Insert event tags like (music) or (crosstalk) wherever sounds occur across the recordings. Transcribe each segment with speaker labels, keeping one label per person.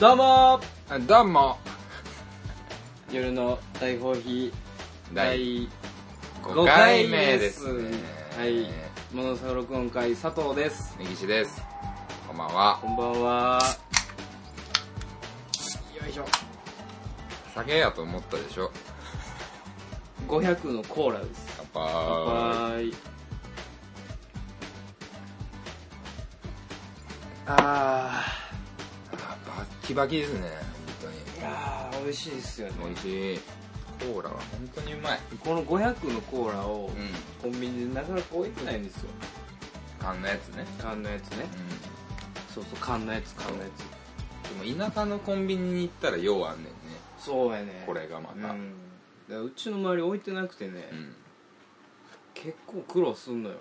Speaker 1: どうも
Speaker 2: あどうも
Speaker 1: 夜の大コーヒー
Speaker 2: 第
Speaker 1: 第
Speaker 2: 5回目です
Speaker 1: 五回目
Speaker 2: ね
Speaker 1: ですはいモノサウ録音会佐藤です
Speaker 2: 根岸ですこんばんは
Speaker 1: こんばんはよいしょ
Speaker 2: 酒やと思ったでしょ
Speaker 1: 500のコーラです
Speaker 2: 乾
Speaker 1: 乾
Speaker 2: 杯
Speaker 1: 杯あ
Speaker 2: あバッキバキですね
Speaker 1: ーいやー美味しいですよね
Speaker 2: 本当に美味しいコーラは本当にうまい
Speaker 1: この500のコーラを
Speaker 2: うん
Speaker 1: コンビニでなかなか置いてないんですよ
Speaker 2: 缶のやつね
Speaker 1: 缶のやつね
Speaker 2: う
Speaker 1: そうそう缶のやつ缶のや
Speaker 2: んでも田舎のコンビニに行ったらようあんねんね
Speaker 1: つそうやね
Speaker 2: これがま
Speaker 1: うん、
Speaker 2: た
Speaker 1: だ
Speaker 2: う
Speaker 1: か
Speaker 2: ん
Speaker 1: らうちの周り置いてなくてね、結構苦労すんのよ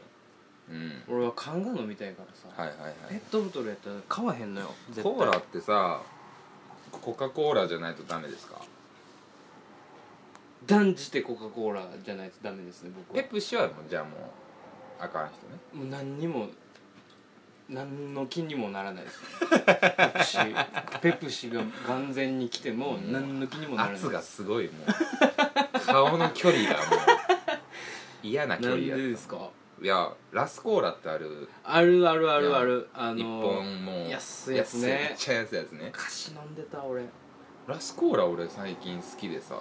Speaker 2: うん
Speaker 1: 俺は缶が飲みたいからさ、
Speaker 2: はいはいは
Speaker 1: ペッ
Speaker 2: い
Speaker 1: トボトルやったら買わへんのよ絶対
Speaker 2: コーラってさコカ・コーラじゃないとダメですか
Speaker 1: 断じてコカ・コーラじゃないとダメですね僕
Speaker 2: ペ
Speaker 1: は
Speaker 2: プシはもうじゃあもうあかん人ね
Speaker 1: もう何にも何の気にもならないです
Speaker 2: (laughs)
Speaker 1: ペプシペプシが眼前に来ても
Speaker 2: うん
Speaker 1: 何の気にもならない
Speaker 2: 圧がすごいもう顔の距離がもう嫌な距
Speaker 1: な
Speaker 2: 離
Speaker 1: ん
Speaker 2: やった
Speaker 1: でですか
Speaker 2: いやラスコーラってある
Speaker 1: あるあるあるあるあ
Speaker 2: 一
Speaker 1: の
Speaker 2: 本もう
Speaker 1: 安いやつね
Speaker 2: 安いめっちゃ安いやつね
Speaker 1: 昔飲んでた俺
Speaker 2: ラスコーラ俺最近好きでさ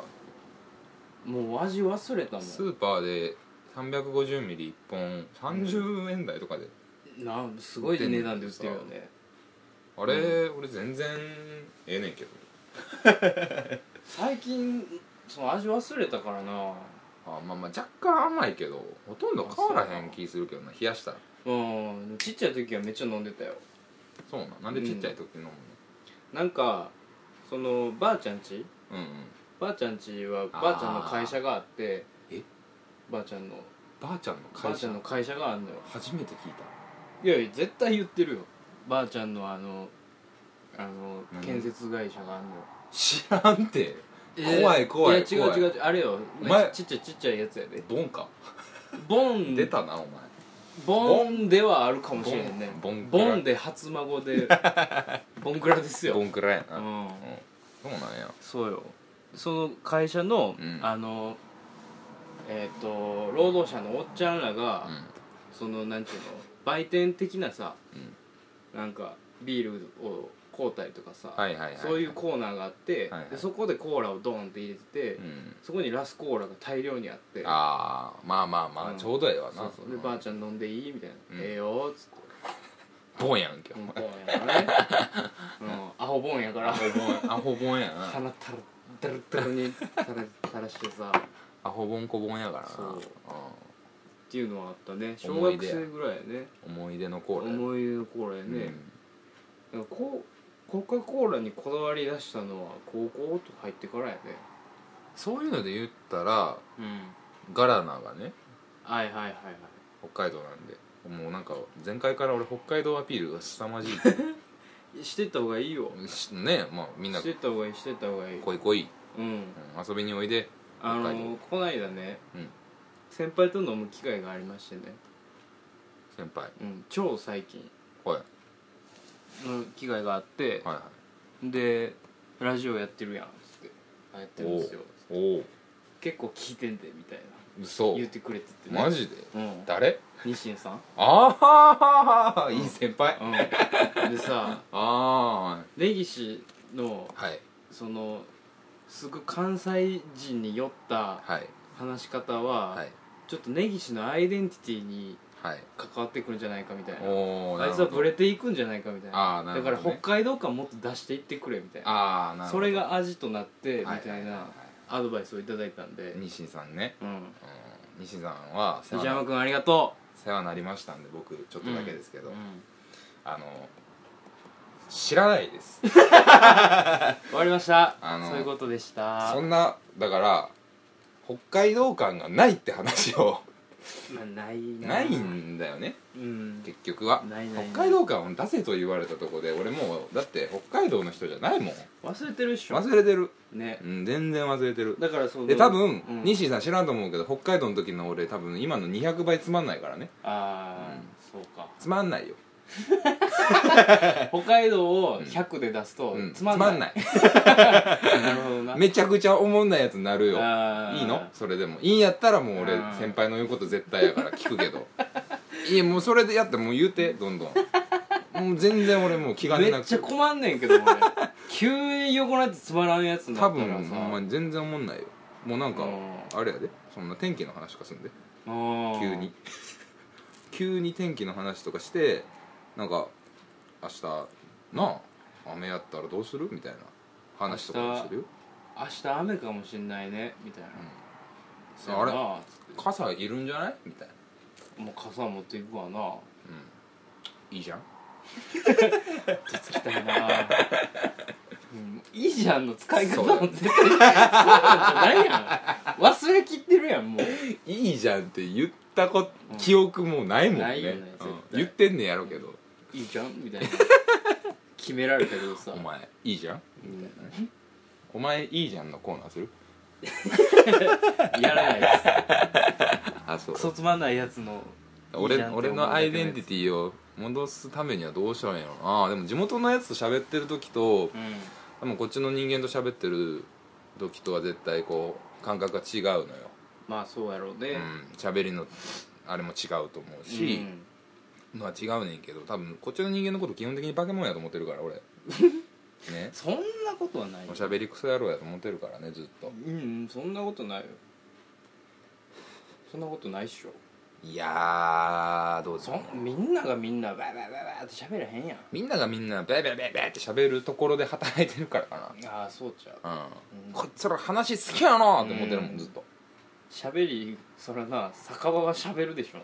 Speaker 1: もう味忘れたもん
Speaker 2: スーパーで350ミリ1本30円台とかで、
Speaker 1: なんすごい値段で売ってるよね
Speaker 2: あれ、俺全然ええねんけど
Speaker 1: 最近その味忘れたからな
Speaker 2: あまあまあ若干甘いけどほとんど変わらへん気するけどな冷やしたら
Speaker 1: うんちっちゃい時はめっちゃ飲んでたよ
Speaker 2: そうなんなんでちっちゃい時飲むの
Speaker 1: なんかそのばあちゃんち
Speaker 2: うんうん
Speaker 1: ばあちゃんちは
Speaker 2: あー
Speaker 1: ばあちゃんの会社があって
Speaker 2: え
Speaker 1: ばあちゃんの
Speaker 2: ばあちゃんの
Speaker 1: ば
Speaker 2: 会
Speaker 1: あち
Speaker 2: 社
Speaker 1: ゃんの会社があんのよ
Speaker 2: 初めて聞いた
Speaker 1: いやいや絶対言ってるよばあちゃんのあのあの
Speaker 2: 何
Speaker 1: 建設会社があんのよ
Speaker 2: 知らんて怖い怖い
Speaker 1: いや違う
Speaker 2: 怖い
Speaker 1: 違う違うあれよ
Speaker 2: お前
Speaker 1: ちっちゃいちっちゃいやつやで
Speaker 2: ボンか
Speaker 1: ボン
Speaker 2: 出たなお前
Speaker 1: ボンではあるかもしれんね
Speaker 2: ボン
Speaker 1: ボ
Speaker 2: ボンクラ
Speaker 1: ンで初孫
Speaker 2: (laughs)
Speaker 1: でボンクラですよ
Speaker 2: ボンクラや
Speaker 1: う
Speaker 2: な、うん、
Speaker 1: ん
Speaker 2: そうなんや
Speaker 1: そうよその会社の、
Speaker 2: うん
Speaker 1: あのえっ、と労働者のおっちゃんらが、
Speaker 2: う
Speaker 1: そのなんていうの売店的なさ
Speaker 2: ん、うん、
Speaker 1: なんかビールを買うたりとかさ、
Speaker 2: はいはいはい
Speaker 1: そういうコーナーがあって、
Speaker 2: はいはい
Speaker 1: でそこでコーラをドーンって入れてて、
Speaker 2: うん
Speaker 1: そこにラスコーラが大量にあって
Speaker 2: ああまあまあまあ、
Speaker 1: うん
Speaker 2: ちょうどええわ
Speaker 1: そ
Speaker 2: な
Speaker 1: うそうでばあちゃん飲んでいいみたいな「
Speaker 2: うん
Speaker 1: ええよ」っつって
Speaker 2: ボンや
Speaker 1: (laughs)
Speaker 2: んけ、
Speaker 1: うんボンやからね、うん、アホボンやから
Speaker 2: アホボンアホボンやな
Speaker 1: 鼻たるだるだるに垂ら垂らしてさっ
Speaker 2: アホボンコボンやからな
Speaker 1: そうていうのはあったね小
Speaker 2: 思い
Speaker 1: 学
Speaker 2: 出や
Speaker 1: 生ぐらいやね
Speaker 2: うん、思い出のコーラ
Speaker 1: 思い出の頃やね、なんかこうコカ・コーラにこだわり出したのは高校とか入ってからやね
Speaker 2: そういうので言ったら
Speaker 1: うん
Speaker 2: ガラナがね
Speaker 1: はいはいはいはい
Speaker 2: 北海道なんでもうなんか前回から俺北海道アピールが凄まじい (laughs)
Speaker 1: してった方がいいよ
Speaker 2: しねまあみんな
Speaker 1: してった方がいいしてった方がいい
Speaker 2: 来い来い、
Speaker 1: うん
Speaker 2: うん、遊びにおいで
Speaker 1: あ
Speaker 2: 北海
Speaker 1: のこないだね
Speaker 2: うん
Speaker 1: 先輩と飲む機会がありましてね、
Speaker 2: 先輩
Speaker 1: うん、超最近
Speaker 2: はいは
Speaker 1: の機会があって、
Speaker 2: いはい
Speaker 1: で「ラジオやってるやん」っつって「あやってるんですよ
Speaker 2: おお
Speaker 1: 結構聞いてんで」みたいな
Speaker 2: 嘘
Speaker 1: 言ってくれてて、
Speaker 2: マジで
Speaker 1: うん
Speaker 2: 誰
Speaker 1: 西野さん
Speaker 2: ああいい先
Speaker 1: (laughs)
Speaker 2: 輩
Speaker 1: うんでさ
Speaker 2: あ
Speaker 1: 根岸の
Speaker 2: あはい
Speaker 1: そのすごい関西人に酔った
Speaker 2: はい
Speaker 1: 話し方
Speaker 2: は
Speaker 1: は、
Speaker 2: い
Speaker 1: ちょっと根岸のアイデンティティに
Speaker 2: はい
Speaker 1: 関わってくるんじゃないかみたいな
Speaker 2: おお
Speaker 1: あいつはブレていくんじゃないかみたいな
Speaker 2: あーな
Speaker 1: だ
Speaker 2: る
Speaker 1: か
Speaker 2: ほ
Speaker 1: ら
Speaker 2: ど
Speaker 1: 北
Speaker 2: ね
Speaker 1: 海道感もっと出していってくれみたいな
Speaker 2: ああなるほ
Speaker 1: そ
Speaker 2: ど
Speaker 1: れが味となってみ
Speaker 2: はい
Speaker 1: たい
Speaker 2: はは
Speaker 1: な
Speaker 2: は
Speaker 1: アドバイスをいただいたんで、
Speaker 2: 西さんね
Speaker 1: うん、
Speaker 2: うん西さんは
Speaker 1: 西
Speaker 2: 世話
Speaker 1: 山
Speaker 2: な
Speaker 1: 君ありがと
Speaker 2: 世話なりましたんで僕ちょっとだけですけ
Speaker 1: う、
Speaker 2: どあの知らないです
Speaker 1: 終わりました
Speaker 2: あの
Speaker 1: そういうことでした
Speaker 2: そんなだから北海道感がないって話を
Speaker 1: まあないな
Speaker 2: ないんだよね
Speaker 1: うん
Speaker 2: 結局は
Speaker 1: ないないない
Speaker 2: 北海道感を出せと言われたとこで俺もうだって北海道の人じゃないもん
Speaker 1: 忘れてるっしょ
Speaker 2: 忘れてる、
Speaker 1: ね
Speaker 2: うん、全然忘れてる
Speaker 1: だからその
Speaker 2: で多分、
Speaker 1: うん
Speaker 2: 西井さん知らんと思うけど北海道の時の俺多分今の200倍つまんないからね
Speaker 1: ああ、そうか
Speaker 2: つまんないよ
Speaker 1: 北海道を100で出すと、
Speaker 2: うん
Speaker 1: つ
Speaker 2: つ
Speaker 1: ま
Speaker 2: ま
Speaker 1: ん
Speaker 2: ん
Speaker 1: ない
Speaker 2: ない
Speaker 1: なるほどな
Speaker 2: めちゃくちゃおもんないやつになるよ
Speaker 1: あー
Speaker 2: いいのそれでもいいんやったらもう俺
Speaker 1: あー
Speaker 2: 先輩の言うこと絶対やから聞くけどいやもうそれでやってもう言うてどん
Speaker 1: (laughs)
Speaker 2: どんもう全然俺もう気兼ね
Speaker 1: め
Speaker 2: な
Speaker 1: っ
Speaker 2: く
Speaker 1: ちゃ困んねんけど
Speaker 2: (laughs)
Speaker 1: 俺急に横のやつつまらんやつにな
Speaker 2: 多
Speaker 1: ったらさ
Speaker 2: 分ほんまに全然おもんないよもうなんか
Speaker 1: う
Speaker 2: あれやでそんな天気の話とかすんで
Speaker 1: うん
Speaker 2: 急に (laughs) 急に天気の話とかしてなんか明日なあ雨やったらどうするみたいな話とかもしてるよ
Speaker 1: 明日雨かもしんないねみたいな、そう
Speaker 2: あ
Speaker 1: や
Speaker 2: れ
Speaker 1: な
Speaker 2: 傘いるんじゃないみたいな
Speaker 1: もう傘持っていくわな
Speaker 2: うんいいじゃん
Speaker 1: 手つきたいな、うん、いいじゃんの使い方
Speaker 2: そう
Speaker 1: も
Speaker 2: だね
Speaker 1: 絶対そうなんじゃないやん忘れきってるやんもう
Speaker 2: いいじゃんって言ったこ
Speaker 1: うん
Speaker 2: 記憶もうないもんね,うん、
Speaker 1: ないよね絶対
Speaker 2: 言ってんねやろうけど
Speaker 1: いいじゃんみたいな決められたけどさ
Speaker 2: お前いいじゃん
Speaker 1: みたいな
Speaker 2: お前いいじゃんのコーナーする
Speaker 1: やらないです
Speaker 2: あそ
Speaker 1: クソつまんないやつのいいじゃん
Speaker 2: 俺
Speaker 1: って思う
Speaker 2: 俺のアイデンティティを戻すためにはどうしたらいいのああでも地元のやつと喋ってる時
Speaker 1: う
Speaker 2: と
Speaker 1: ん
Speaker 2: でもこっちの人間と喋ってる時とは絶対こう感覚が違うのよ
Speaker 1: まあそうやろう
Speaker 2: う
Speaker 1: ね、
Speaker 2: ん喋りのあれも違うと思う
Speaker 1: う
Speaker 2: し、
Speaker 1: ん
Speaker 2: のは違うねんけど多分こっちの人間のこと基本的に化け物やと思ってるか
Speaker 1: (laughs)
Speaker 2: ら俺ね
Speaker 1: そんなことはない
Speaker 2: おしゃべりクソ野郎やと思ってるからねずっと
Speaker 1: うんそんなことないよそんなことないっしょ
Speaker 2: いやーどうぞ
Speaker 1: そんみんながみんなバーバーバーバーって喋らへんやん
Speaker 2: みんながみんなベベベベって喋るところで働いてるからか
Speaker 1: ああそうちゃう
Speaker 2: な
Speaker 1: う
Speaker 2: うんんこいつら話好きやなって思ってるも
Speaker 1: うん
Speaker 2: んずっと
Speaker 1: 喋りそらな酒場は喋るでしょ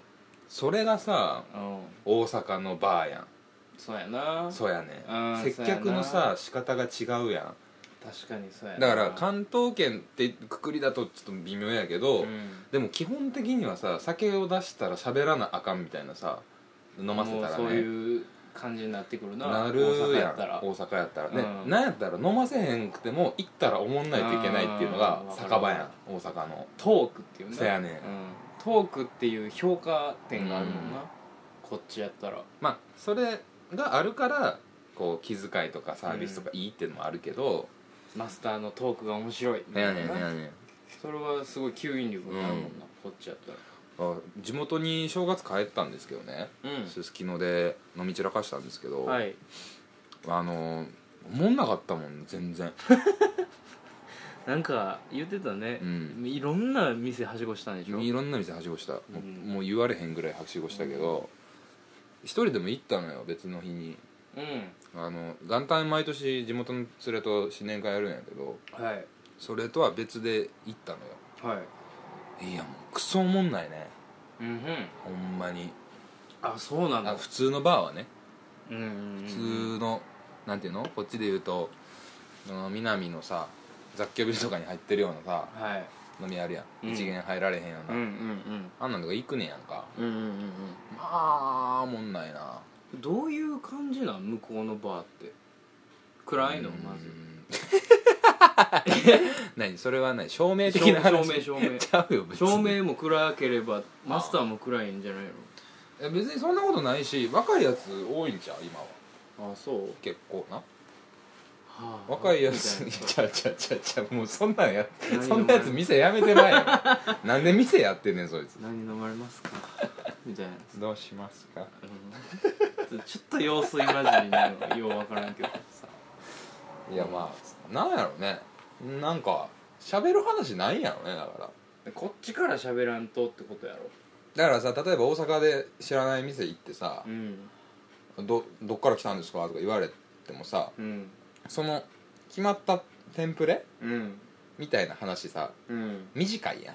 Speaker 2: それがさ
Speaker 1: うん
Speaker 2: 大阪のバーや
Speaker 1: そうやなん
Speaker 2: そうやね
Speaker 1: あー
Speaker 2: ん接客の
Speaker 1: そうや
Speaker 2: さ仕方が違うや
Speaker 1: 確かにそうや
Speaker 2: ん
Speaker 1: な
Speaker 2: だから関東圏ってくくりだとちょっと微妙やけど、
Speaker 1: うん
Speaker 2: でも基本的にはさ酒を出したら喋らなあかんみたいなさ飲ませたらね
Speaker 1: もうそういう感じになってくるな
Speaker 2: なるやん
Speaker 1: 大阪やったら
Speaker 2: 大阪やったらね、
Speaker 1: うん
Speaker 2: なんやったら飲ませへんくても行ったらおもんないといけないっていうのが
Speaker 1: あー
Speaker 2: 酒場やん大阪の
Speaker 1: トークっていう
Speaker 2: そやねん
Speaker 1: うん、トークっていう評価点があるもんな、
Speaker 2: うん
Speaker 1: こっちやったら
Speaker 2: まあそれがあるからこう気遣いとかサービスとかいいっていうのもあるけど、
Speaker 1: マスターのトークが面白いみ
Speaker 2: そ
Speaker 1: たいな
Speaker 2: やねんそやねん
Speaker 1: それはすごい吸引力になるもんな、こっちやったら
Speaker 2: あ地元に正月帰ったんですけどね、すすきので飲み散らかしたんですけど、
Speaker 1: はい
Speaker 2: あのー思んなかったもん全然
Speaker 1: なんか言ってたね、
Speaker 2: うん
Speaker 1: いろんな店はしごしたんでしょ
Speaker 2: いろんな店はしごした、もう
Speaker 1: うん
Speaker 2: もう言われへんぐらいはしごしたけど、一人でも行ったのよ別の日に
Speaker 1: うん
Speaker 2: あの元旦毎年地元の連れと新年会やるんやけど
Speaker 1: はい
Speaker 2: それとは別で行ったの
Speaker 1: はい
Speaker 2: よいやもうクソおもんないね
Speaker 1: うんうん
Speaker 2: ほんまに
Speaker 1: あそうなんだ
Speaker 2: あ普通のバーはね
Speaker 1: うんうんうん
Speaker 2: 普通の、なんていうのこっちで言うとあの南のさ雑居ビルとかに入ってるようなさ
Speaker 1: はい
Speaker 2: 飲みあるやん、
Speaker 1: うん
Speaker 2: 一元入られへんよう
Speaker 1: う
Speaker 2: な、
Speaker 1: んうん
Speaker 2: あんなんとか行くねんやんか
Speaker 1: うんうんうんうん
Speaker 2: まあおもんないな
Speaker 1: うんどういう感じなん向こうのバーって暗いの
Speaker 2: うん
Speaker 1: ま
Speaker 2: (laughs)
Speaker 1: ず
Speaker 2: 何それは何照明的
Speaker 1: 照
Speaker 2: な話
Speaker 1: 明 (laughs) 照明
Speaker 2: ちゃうよ別に
Speaker 1: 照明も暗ければマスターも暗いんじゃない
Speaker 2: いや別にそんなことないし若いやつ多いんちゃう今は
Speaker 1: のあそう、
Speaker 2: 結構な
Speaker 1: はあ
Speaker 2: 若いやつ
Speaker 1: み
Speaker 2: い
Speaker 1: たい
Speaker 2: ちゃうちゃうちゃうちゃうもうそんなんや
Speaker 1: 何
Speaker 2: そんなやつ店やめ
Speaker 1: (laughs)
Speaker 2: てないよなんで店やってんねんそいつ
Speaker 1: な何飲まれます (laughs) かみたいな
Speaker 2: どうしますか
Speaker 1: うんちょっと様子いまじになるわようわからんけどさ
Speaker 2: いやまあなんやろねなんか喋る話ないんやろねだから
Speaker 1: こっちから喋らんとってことやろ
Speaker 2: だからさ例えば大阪で知らない店行ってさ
Speaker 1: うん
Speaker 2: どどっから来たんですかとか言われてもさ
Speaker 1: うん
Speaker 2: その決まったテンプレ
Speaker 1: うん
Speaker 2: みたいな話さ
Speaker 1: うん
Speaker 2: 短いや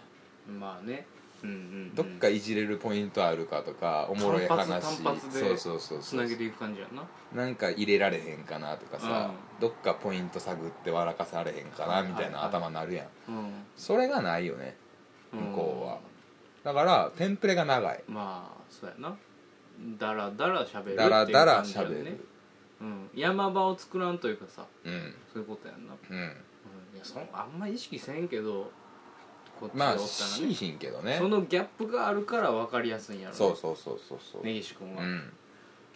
Speaker 2: ん
Speaker 1: まあねうんうん、うん、
Speaker 2: どっかいじれるポイントあるかとかおもろい
Speaker 1: 単発
Speaker 2: 話
Speaker 1: 単発で
Speaker 2: そうそうそう
Speaker 1: つ
Speaker 2: そ
Speaker 1: な
Speaker 2: う
Speaker 1: げていく感じやな
Speaker 2: なんか入れられへんかなとかさ、どっかポイント探って笑かされへんかなみたいな
Speaker 1: はいはい
Speaker 2: 頭になるやん
Speaker 1: うん
Speaker 2: それがないよね
Speaker 1: うん
Speaker 2: 向こうはだからテンプレが長い
Speaker 1: まあそうやなだらだら喋るっていう
Speaker 2: だらだら
Speaker 1: 感じや
Speaker 2: 喋
Speaker 1: ね
Speaker 2: る、
Speaker 1: うん、山場を作らんというかさ
Speaker 2: うん
Speaker 1: そういうことやんな、
Speaker 2: うん
Speaker 1: うん、いやそんあんま意識せんけどこっちでお
Speaker 2: ま
Speaker 1: っ
Speaker 2: あ
Speaker 1: た
Speaker 2: し
Speaker 1: ら
Speaker 2: い
Speaker 1: ね
Speaker 2: ひんけどね
Speaker 1: そのギャップがあるから分かりやすいんやろ
Speaker 2: そうそうそうそうそう
Speaker 1: 根岸君は、
Speaker 2: うん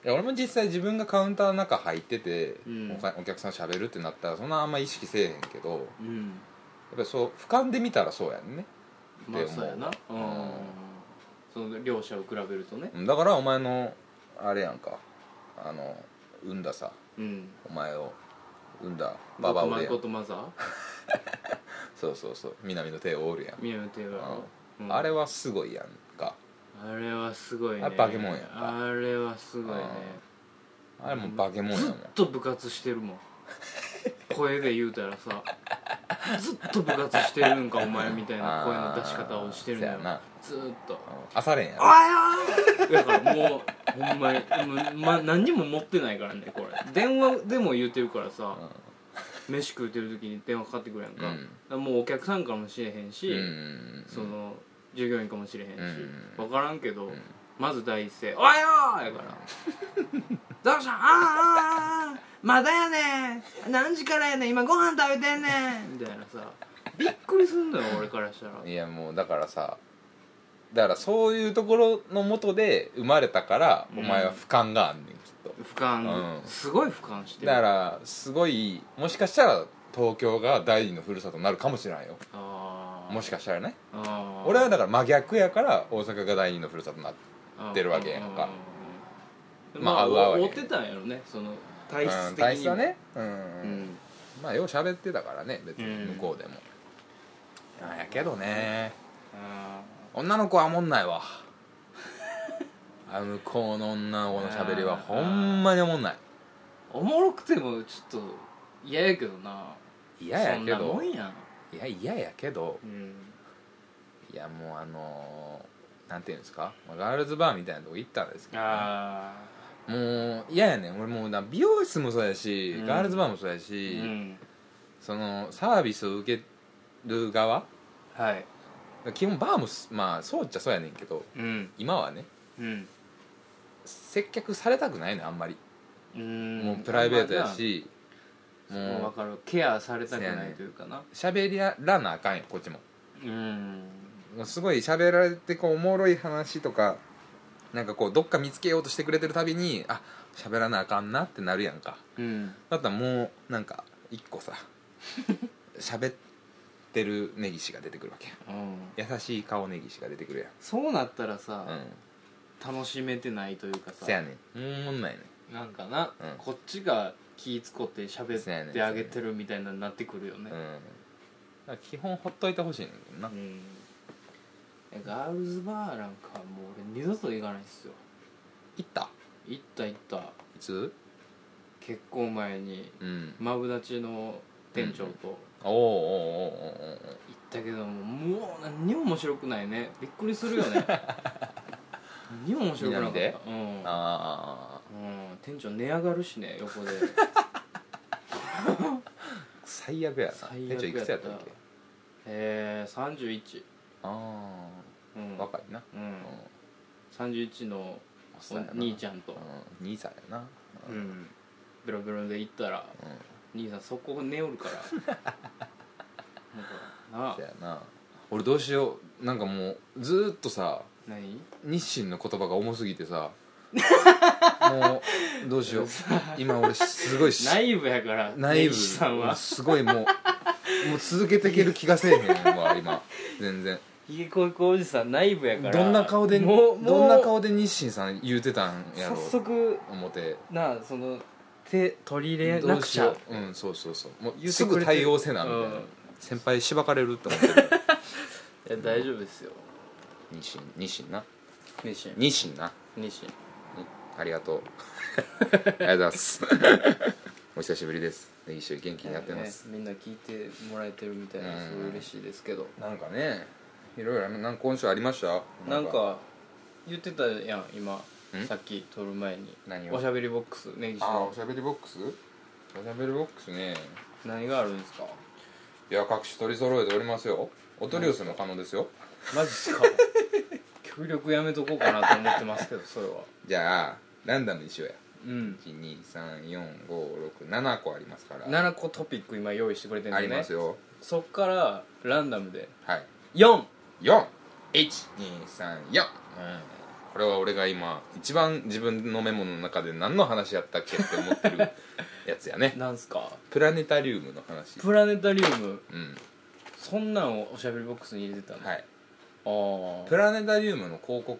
Speaker 2: いや俺も実際自分がカウンターの中入ってて、
Speaker 1: うん
Speaker 2: おかお客さん喋るってなったらそんなあんま意識せえへんけどやっ
Speaker 1: うん
Speaker 2: ぱりそう俯瞰で見たらそうやんね
Speaker 1: まあ
Speaker 2: でも
Speaker 1: そうやなうん
Speaker 2: うん
Speaker 1: その両者を比べるとね
Speaker 2: うんだからお前のあれやんかあの産んださ
Speaker 1: うん
Speaker 2: お前を産んだ
Speaker 1: ゴ
Speaker 2: ババ
Speaker 1: ッド
Speaker 2: オ
Speaker 1: マ
Speaker 2: る
Speaker 1: ン
Speaker 2: や
Speaker 1: ゴ
Speaker 2: ん
Speaker 1: ッドマザー
Speaker 2: そうそうそう南の帝王おるやん、
Speaker 1: 宮野手がうん
Speaker 2: あれはすごいやんか
Speaker 1: あれはすごいね
Speaker 2: あれ化け物やん
Speaker 1: あれはすごいね
Speaker 2: あれも化け物や
Speaker 1: ず
Speaker 2: も
Speaker 1: っ
Speaker 2: ん
Speaker 1: と部活してるも
Speaker 2: (laughs)
Speaker 1: ん声で言うたらさずっと部活してるんかお前みたいな声の出し方をしてるんだよ
Speaker 2: あーそうやな
Speaker 1: ずーっと
Speaker 2: うん朝練
Speaker 1: 「
Speaker 2: やろ
Speaker 1: あやー!」だからもうほんまにもう、ま、何にも持ってないからねこれ電話でも言うてるからさ、飯食うてる時に電話かかってくるやんか,、
Speaker 2: うん
Speaker 1: だからもうお客さんかもしれへんし、
Speaker 2: うん
Speaker 1: その従業員かもしれへんし、
Speaker 2: う
Speaker 1: 分からんけど、
Speaker 2: ん
Speaker 1: まず第一声「おはよう!」や
Speaker 2: (laughs)
Speaker 1: から「どうしたんああああまだやねん何時からやねん今ご飯食べてんねん」みたいなさびっくりすんのよ俺からしたら
Speaker 2: いやもうだからさだからそういうところのもとで生まれたから
Speaker 1: うん
Speaker 2: お前は俯瞰があんねんきっと、
Speaker 1: 俯瞰、
Speaker 2: うん
Speaker 1: すごい俯瞰してる
Speaker 2: だからすごいもしかしたら東京が第二のふるさとになるかもしれないよ
Speaker 1: あー
Speaker 2: もしかしたらね
Speaker 1: あー
Speaker 2: 俺はだから真逆やから大阪が第二のふるさとになって出るわけやんか
Speaker 1: うん
Speaker 2: ま
Speaker 1: ま
Speaker 2: あ
Speaker 1: あ
Speaker 2: 合う合うわけ
Speaker 1: 追ってたんやろねその体質的に
Speaker 2: うん
Speaker 1: も
Speaker 2: 体質はねうん、
Speaker 1: うん
Speaker 2: まあよう喋ってたからね別
Speaker 1: う
Speaker 2: に
Speaker 1: ん
Speaker 2: 向こうでも、あやけどね
Speaker 1: あ
Speaker 2: 女の子はおも
Speaker 1: (laughs)
Speaker 2: んないわあ向こうの女の子の喋りはほんまにおもんない
Speaker 1: ーおもろくてもちょっと嫌やけどな
Speaker 2: 嫌やけ
Speaker 1: そんなも
Speaker 2: ど
Speaker 1: んやん
Speaker 2: いや嫌やけど
Speaker 1: うん
Speaker 2: いやもうあのーなんていうんですか、まあ、ガールズバーみたいなとこ行ったんですけど
Speaker 1: あ
Speaker 2: もう嫌やねん俺もうな美容室もそうやし、
Speaker 1: うん
Speaker 2: ガールズバーもそうや
Speaker 1: あう
Speaker 2: し、
Speaker 1: ん
Speaker 2: そのサービスを受ける側
Speaker 1: はい
Speaker 2: 基本バーもすまあそうっちゃそうやねんけど
Speaker 1: うん
Speaker 2: 今はね
Speaker 1: うん
Speaker 2: 接客されたくないねんあんまり、
Speaker 1: うん
Speaker 2: もうプライベートやし
Speaker 1: まあなもう
Speaker 2: も
Speaker 1: 分かるケアされたく
Speaker 2: そうや
Speaker 1: な
Speaker 2: ね
Speaker 1: いというかな
Speaker 2: う喋らなあかんよこっちも
Speaker 1: うん
Speaker 2: すごい喋られてこうおもろい話とかなんかこうどっか見つけようとしてくれてるたびにあ喋らなあかんなってなるやんか
Speaker 1: うん
Speaker 2: だったらもうなんか一個さ喋ってる根岸が出てくるわけ
Speaker 1: うん
Speaker 2: や優しい顔根岸が出てくる
Speaker 1: そうなったら
Speaker 2: やんう
Speaker 1: さ
Speaker 2: ん
Speaker 1: 楽しめてないというかさ
Speaker 2: せやねんもうおもんないね
Speaker 1: なんかな、
Speaker 2: うん
Speaker 1: こっちが気ぃ使って喋
Speaker 2: そうやね
Speaker 1: ってあげてるみたいなのになってくるよね
Speaker 2: うんだから基本ほっといてほしいねんけどな
Speaker 1: うんガールズバーなんかもう俺二度と行かないっすよ
Speaker 2: 行った
Speaker 1: 行った行った
Speaker 2: いつ
Speaker 1: 結構前に
Speaker 2: うん
Speaker 1: マブダチの店長と
Speaker 2: おーおーおーおーおー
Speaker 1: 行ったけども、もう何にも面白くないねびっくりするよ
Speaker 2: (laughs)
Speaker 1: ね何にも面白くなかった
Speaker 2: 南で
Speaker 1: うん、うん、
Speaker 2: ああ
Speaker 1: 店長寝上がるしね横で
Speaker 2: 最悪や
Speaker 1: 最悪やっ
Speaker 2: な
Speaker 1: た
Speaker 2: 店長いくつやったっけ
Speaker 1: えー、31
Speaker 2: あ
Speaker 1: う
Speaker 2: あ
Speaker 1: ん、
Speaker 2: 若いな
Speaker 1: うん
Speaker 2: うん、
Speaker 1: 31の
Speaker 2: おっさ
Speaker 1: お
Speaker 2: んやな
Speaker 1: 兄ちゃんと、
Speaker 2: うん兄さんやな
Speaker 1: う
Speaker 2: うん
Speaker 1: ん、ベロベロで行ったら兄さんそこ寝おるから
Speaker 2: (laughs)
Speaker 1: なんか
Speaker 2: そ
Speaker 1: なあ
Speaker 2: やな俺どうしようなんかもうずーっとさ
Speaker 1: 何
Speaker 2: 日清の言葉が重すぎ
Speaker 1: (laughs)
Speaker 2: てさもうどうしよう今俺すごいし
Speaker 1: 内部やから
Speaker 2: 内
Speaker 1: 根
Speaker 2: 部
Speaker 1: 岸さんは
Speaker 2: すごいもうもう続けていける気がせえへんわ今全然
Speaker 1: ひげこいこおじさん内部やから
Speaker 2: どんな顔で
Speaker 1: もうもう
Speaker 2: どんな顔で日清さん言うてたんやろ
Speaker 1: 早速
Speaker 2: 思って
Speaker 1: なあその手取り入れ
Speaker 2: ど
Speaker 1: な
Speaker 2: う
Speaker 1: く
Speaker 2: し
Speaker 1: ち
Speaker 2: よ
Speaker 1: ゃ
Speaker 2: ううんそうそうそう
Speaker 1: 言
Speaker 2: もう
Speaker 1: って
Speaker 2: す
Speaker 1: くれてる
Speaker 2: ぐ対応せなみたいな、
Speaker 1: うん
Speaker 2: 先輩しばかれるって思ってる
Speaker 1: いや大丈夫ですよ
Speaker 2: 日清日清な
Speaker 1: 日清
Speaker 2: 日清な
Speaker 1: 日清
Speaker 2: あり
Speaker 1: (laughs)
Speaker 2: がとうありがとうございますお久しぶりです根岸元気にやってます、
Speaker 1: ねみんな聞いてもらえてるみたいな
Speaker 2: うん
Speaker 1: すごい嬉しいですけど
Speaker 2: なんかねいろいろありなんか今週ありました
Speaker 1: なんか言ってたやん今
Speaker 2: ん
Speaker 1: さっき撮る前に
Speaker 2: 何を
Speaker 1: おしゃべりボックス根岸
Speaker 2: あ
Speaker 1: の
Speaker 2: おしゃべりボックスおしゃべりボックスね
Speaker 1: 何があるんですか
Speaker 2: いや各種取り揃えておりますよお取り寄せも可能ですよ
Speaker 1: マジっすか
Speaker 2: (laughs)
Speaker 1: 極力やめとこうかなと思ってますけどそれは
Speaker 2: じゃあランダムにしようや
Speaker 1: うん
Speaker 2: 1234567個ありますから
Speaker 1: 7個トピック今用意してくれてるん
Speaker 2: あ
Speaker 1: で
Speaker 2: り
Speaker 1: ね
Speaker 2: ますよ
Speaker 1: そっからランダムで
Speaker 2: はい
Speaker 1: 4
Speaker 2: 41234うんこれは俺が今一番自分のメモの中で何の話やったっけって思ってるやつや (laughs) ね
Speaker 1: なんすか
Speaker 2: プラネタリウムの話
Speaker 1: プラネタリウム
Speaker 2: うん
Speaker 1: そんなんをおしゃべりボックスに入れてたの、
Speaker 2: はい
Speaker 1: あ
Speaker 2: プラネタリウムの広告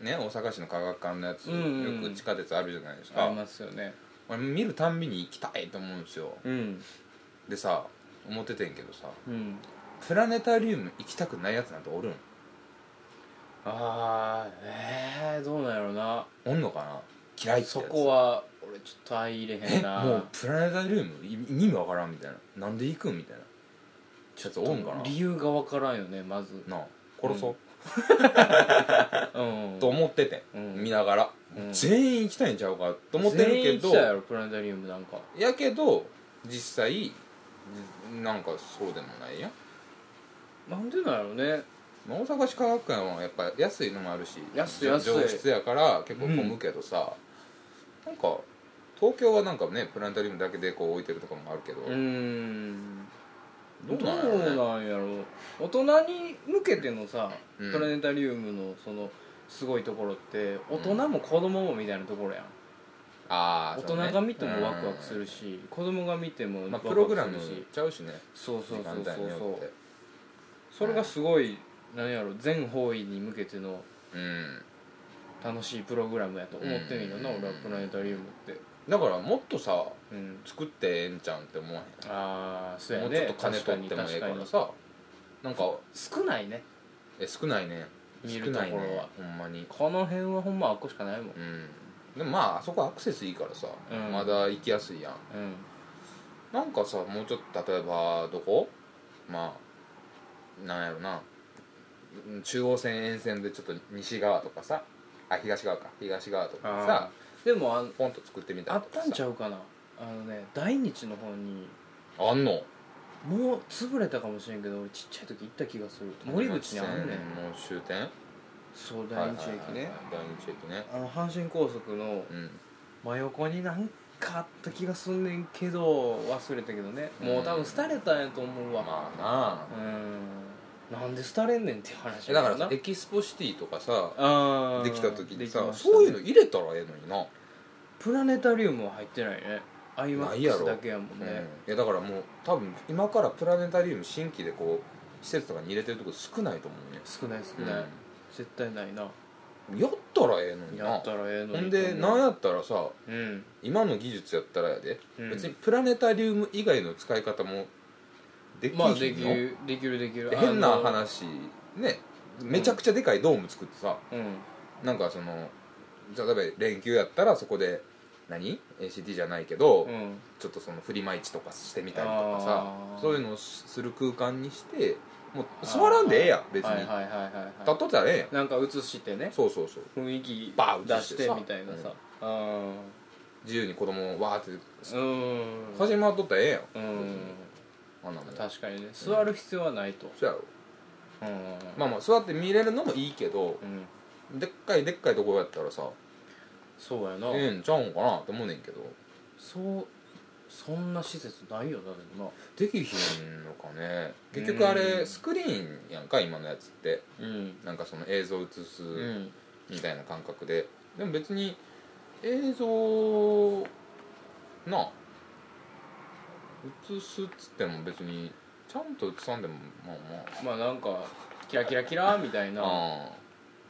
Speaker 2: ね大阪市の科学館のやつ、
Speaker 1: うんうんうん
Speaker 2: よく地下鉄あるじゃないです
Speaker 1: ああ
Speaker 2: か
Speaker 1: りますよね
Speaker 2: 俺見るたんびに行きたいと思うんですよ
Speaker 1: うん
Speaker 2: でさ思っててんけどさ
Speaker 1: うん
Speaker 2: プラネタリウム行きたくないやつなんておるん
Speaker 1: ああえー、どうなんやろな
Speaker 2: おんのかな嫌いって
Speaker 1: そ
Speaker 2: やつ
Speaker 1: こは俺ちょっと相入れへ
Speaker 2: え
Speaker 1: んな
Speaker 2: もうプラネタリウムい意味わからんみたいななんで行くんみたいなちょっとおんかな
Speaker 1: 理由がわからんよねまず
Speaker 2: なあ殺そう、
Speaker 1: うん
Speaker 2: と思ってて、
Speaker 1: うん
Speaker 2: 見ながら、
Speaker 1: うん
Speaker 2: 全員行きたいんちゃうかと思ってるけど
Speaker 1: 全員来たやろプラネタリウムなんか
Speaker 2: やけど実際なんかそうでもないやん
Speaker 1: なんでなんやろね
Speaker 2: まあ大阪市科学館はやっぱ安いのもあるし
Speaker 1: 安い安い
Speaker 2: 上質やから結構混むけどさ、なんか東京はなんかねプラネタリウムだけでこう置いてるとかもあるけど、
Speaker 1: うーん
Speaker 2: ど
Speaker 1: どう
Speaker 2: うなんやろね
Speaker 1: なんやろ大人に向けてのさ、
Speaker 2: うん
Speaker 1: プラネタリウムのそのすごいところって大人も子供もみたいなところやん、
Speaker 2: ああ
Speaker 1: 大人が見てもワクワクする、し、子供が見ても
Speaker 2: うん
Speaker 1: ワ
Speaker 2: まあ、
Speaker 1: ク
Speaker 2: プ
Speaker 1: ワ
Speaker 2: ログラ
Speaker 1: ク
Speaker 2: ム
Speaker 1: するし、
Speaker 2: ちゃうしね
Speaker 1: そうそうそう
Speaker 2: 時間帯
Speaker 1: そう
Speaker 2: によっ
Speaker 1: そう
Speaker 2: て
Speaker 1: それがすごい何やろ全方位に向けての
Speaker 2: うん
Speaker 1: 楽しいプログラムやと思ってんやけどな、
Speaker 2: うん
Speaker 1: 俺はプラネタリウムって
Speaker 2: だからもっとさ
Speaker 1: うん
Speaker 2: 作ってええんちゃうんって思わへ
Speaker 1: ああそうんや
Speaker 2: もう
Speaker 1: ね
Speaker 2: ちょっと金取ってもええからさなんか
Speaker 1: 少ないね
Speaker 2: え少ないね
Speaker 1: 見
Speaker 2: 少
Speaker 1: るところ
Speaker 2: な
Speaker 1: はい
Speaker 2: ねほんまに
Speaker 1: この辺はほんま開くしかないもん
Speaker 2: うんでもまああそこアクセスいいからさ、
Speaker 1: うん
Speaker 2: まだ行きやすいやん
Speaker 1: うん
Speaker 2: なんかさもうちょっと例えばどこまあなんやろなうん中央線沿線でちょっと西側とかさあ東側か東側とか
Speaker 1: あ
Speaker 2: さ
Speaker 1: でもあん
Speaker 2: ポンと作ってみた
Speaker 1: あ
Speaker 2: り
Speaker 1: っ
Speaker 2: とか
Speaker 1: た
Speaker 2: さ
Speaker 1: んちゃうかなあのね大日の方に
Speaker 2: あんの
Speaker 1: もう潰れたかもしれんけど俺ちっちゃい時行った気がする森口にあんねん
Speaker 2: もう終点
Speaker 1: そう大日駅
Speaker 2: はいはいはい
Speaker 1: ね
Speaker 2: はい大日駅ね
Speaker 1: あの阪神高速の
Speaker 2: うん
Speaker 1: 真横になんかあった気がすんねんけど忘れたけどねもう多分廃れたんやと思うわ
Speaker 2: まあなあ
Speaker 1: うんなんで廃れんねんっていう話
Speaker 2: え
Speaker 1: や
Speaker 2: だ
Speaker 1: け
Speaker 2: から
Speaker 1: どな
Speaker 2: さエキスポシティとかさ
Speaker 1: あー
Speaker 2: できた時にさ、
Speaker 1: できましたね
Speaker 2: そういうの入れたらええのにな
Speaker 1: プラネタリウムは入ってないね
Speaker 2: ないや
Speaker 1: IMAX
Speaker 2: ろ
Speaker 1: だけやもんね
Speaker 2: うん、いやだからもう多分今からプラネタリウム新規でこう施設とかに入れてるとこ少ないと思うね
Speaker 1: 少ない少ない、絶対ないな
Speaker 2: うんやったらええのにな
Speaker 1: やったらええのに
Speaker 2: ほんでなんやったらさ
Speaker 1: うん
Speaker 2: 今の技術やったらやで、
Speaker 1: うん
Speaker 2: 別にプラネタリウム以外の使い方もできひんの、
Speaker 1: まあできるできるできる
Speaker 2: で変な
Speaker 1: あの
Speaker 2: 話ねめちゃくちゃでかいドーム作ってさ、
Speaker 1: うん
Speaker 2: なんかその例えば連休やったらそこで何 ACT じゃないけど、
Speaker 1: うん
Speaker 2: ちょっとそのフリマ市とかしてみたりとかさ
Speaker 1: あー
Speaker 2: そういうのをしする空間にしてもう座らんでええやん別に、
Speaker 1: はいはいはいはい
Speaker 2: 立っ
Speaker 1: は
Speaker 2: とったらええやん
Speaker 1: いなんか映してね
Speaker 2: そうそうそう
Speaker 1: 雰囲気
Speaker 2: バーン
Speaker 1: 出
Speaker 2: 映し
Speaker 1: してて
Speaker 2: さ
Speaker 1: みたいなさあ
Speaker 2: 自由に子供をわーって
Speaker 1: ーうん
Speaker 2: 始まっとったらええやん
Speaker 1: うん
Speaker 2: あんなもんそ
Speaker 1: 確かにね座る必要はないと
Speaker 2: うやろ
Speaker 1: うん
Speaker 2: まあまあ座って見れるのもいいけど
Speaker 1: うん
Speaker 2: でっかいでっかいとこやったらさ
Speaker 1: そうやな
Speaker 2: ええんちゃうんかなと思うねんけど
Speaker 1: そうそんな施設ないよなでも
Speaker 2: できひんのかね結局あ
Speaker 1: う
Speaker 2: れ
Speaker 1: ん
Speaker 2: スクリーンやんか今のやつって
Speaker 1: なうん
Speaker 2: なんかその映像映す、
Speaker 1: うん
Speaker 2: みたいな感覚ででも別に映像なあ映すっつっても別にちゃんと映さんでもまあま
Speaker 1: まあなんかキラキラキラみたいな
Speaker 2: ああ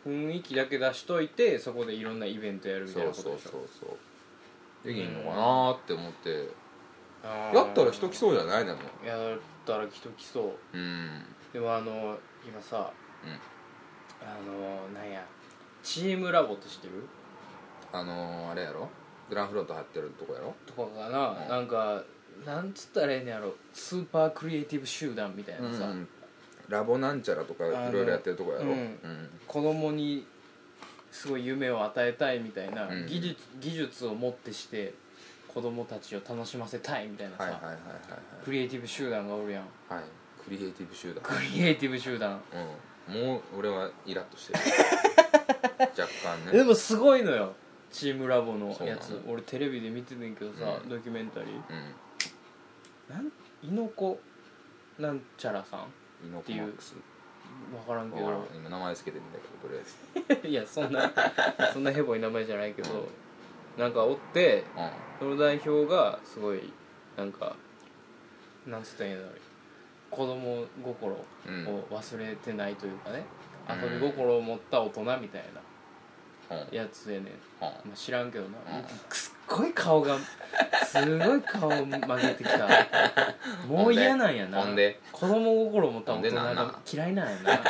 Speaker 1: 雰囲気だけ出しといてそこでいろんなイベントやるみ
Speaker 2: そ
Speaker 1: たいな
Speaker 2: う
Speaker 1: こ
Speaker 2: そ
Speaker 1: と
Speaker 2: う
Speaker 1: でし
Speaker 2: そ
Speaker 1: ょ
Speaker 2: うそうできんのかなって思って
Speaker 1: あー
Speaker 2: やったら人来そうじゃないでも
Speaker 1: やったら人来そう
Speaker 2: うん
Speaker 1: でもあの今さ、
Speaker 2: うん
Speaker 1: あのなんやチームラボって知ってる
Speaker 2: あのー、あれやろグランフロント張ってるとこやろ
Speaker 1: とかかな、
Speaker 2: うん
Speaker 1: なんかなんつったらええんやろスーパークリエイティブ集団みたいなさ、
Speaker 2: うんラボなんちゃらとかいろいろやってるとこやろ
Speaker 1: あの
Speaker 2: う
Speaker 1: うんん子供にすごい夢を与えたいみたいな、
Speaker 2: うん
Speaker 1: 技術技術をもってして子供たちを楽しませたいみたいなさ、
Speaker 2: はいはいはいはい
Speaker 1: クリエイティブ集団がおるやん
Speaker 2: はいはいクリエイティブ集団
Speaker 1: クリエイティブ集団、
Speaker 2: うん、もう俺はイラッと (laughs) してる若干
Speaker 1: (laughs) で
Speaker 2: ね
Speaker 1: もすごいのよチームラボのや
Speaker 2: そう
Speaker 1: つ
Speaker 2: な
Speaker 1: 俺テレビで見ててんけどさ、
Speaker 2: うん
Speaker 1: ドキュメンタリー
Speaker 2: う
Speaker 1: なん猪子なんちゃらさん
Speaker 2: んイノ
Speaker 1: っていう分からんけ
Speaker 2: わから
Speaker 1: ど
Speaker 2: ん今名前つけてるんだけど
Speaker 1: (laughs)
Speaker 2: とりあえず
Speaker 1: いやそんなそんなヘボい名前じゃないけどなんかおって
Speaker 2: う
Speaker 1: その代表がすごいなんかなんつったらいいんだろう子供心を
Speaker 2: うん
Speaker 1: 忘れてないというかね、
Speaker 2: うん
Speaker 1: 遊び心を持った大人みたい
Speaker 2: んうん
Speaker 1: なやつでね、
Speaker 2: うん
Speaker 1: まあ、知らんけどな、
Speaker 2: うん
Speaker 1: すっごい顔がすごい顔曲げてき
Speaker 2: (laughs)
Speaker 1: たもう嫌なんやな
Speaker 2: ほんで
Speaker 1: 子供心を持った大人
Speaker 2: ほんでなんな
Speaker 1: が嫌いなんやな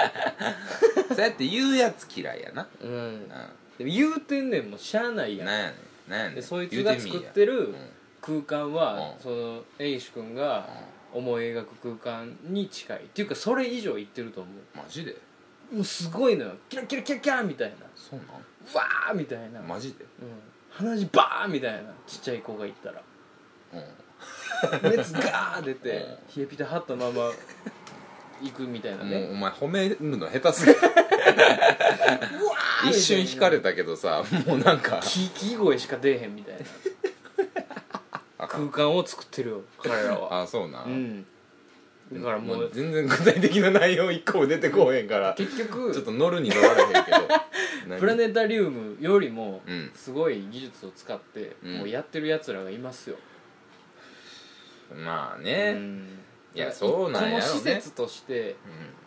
Speaker 2: そうやって言うやつ嫌いやな
Speaker 1: う
Speaker 2: (laughs) うんん
Speaker 1: でも言うてんねんもうしゃあないやん
Speaker 2: なんやねんなんやね
Speaker 1: で
Speaker 2: ん
Speaker 1: そいつが作って
Speaker 2: る
Speaker 1: る空間は、
Speaker 2: うん
Speaker 1: そのエイシ君が思い描く空間に近いっていうかそれ以上いってると思
Speaker 2: マジで
Speaker 1: うもうすごいのよキラキラキラキラみたいな
Speaker 2: そうなん
Speaker 1: わーみたいな、
Speaker 2: マジで
Speaker 1: うん、鼻血バーみたいなちっちゃい子がいったら
Speaker 2: うん
Speaker 1: 熱ガー出て
Speaker 2: うん
Speaker 1: 冷えピタ張ったまま行くみたいな
Speaker 2: もう
Speaker 1: ね
Speaker 2: お前褒めるの下
Speaker 1: (laughs)
Speaker 2: 手すぎる
Speaker 1: うわーみたいな
Speaker 2: 一瞬引かれたけどさもうな
Speaker 1: (laughs)
Speaker 2: んか
Speaker 1: 聞き声しか出えへんみたいな空間を作ってるよ彼らは
Speaker 2: あそうな
Speaker 1: うんだからもう
Speaker 2: 全然具体的な内容一個も出てこうへんからち
Speaker 1: 結局
Speaker 2: ょっと乗るに乗られへんけど
Speaker 1: (laughs)
Speaker 2: 何
Speaker 1: プラネタリウムよりも
Speaker 2: うん
Speaker 1: すごい技術を使って
Speaker 2: うん
Speaker 1: もうやってるやつらがいますよ、
Speaker 2: まあ
Speaker 1: う
Speaker 2: ね
Speaker 1: ん
Speaker 2: いやそうなんや
Speaker 1: この
Speaker 2: ろ
Speaker 1: 施
Speaker 2: ね
Speaker 1: 設として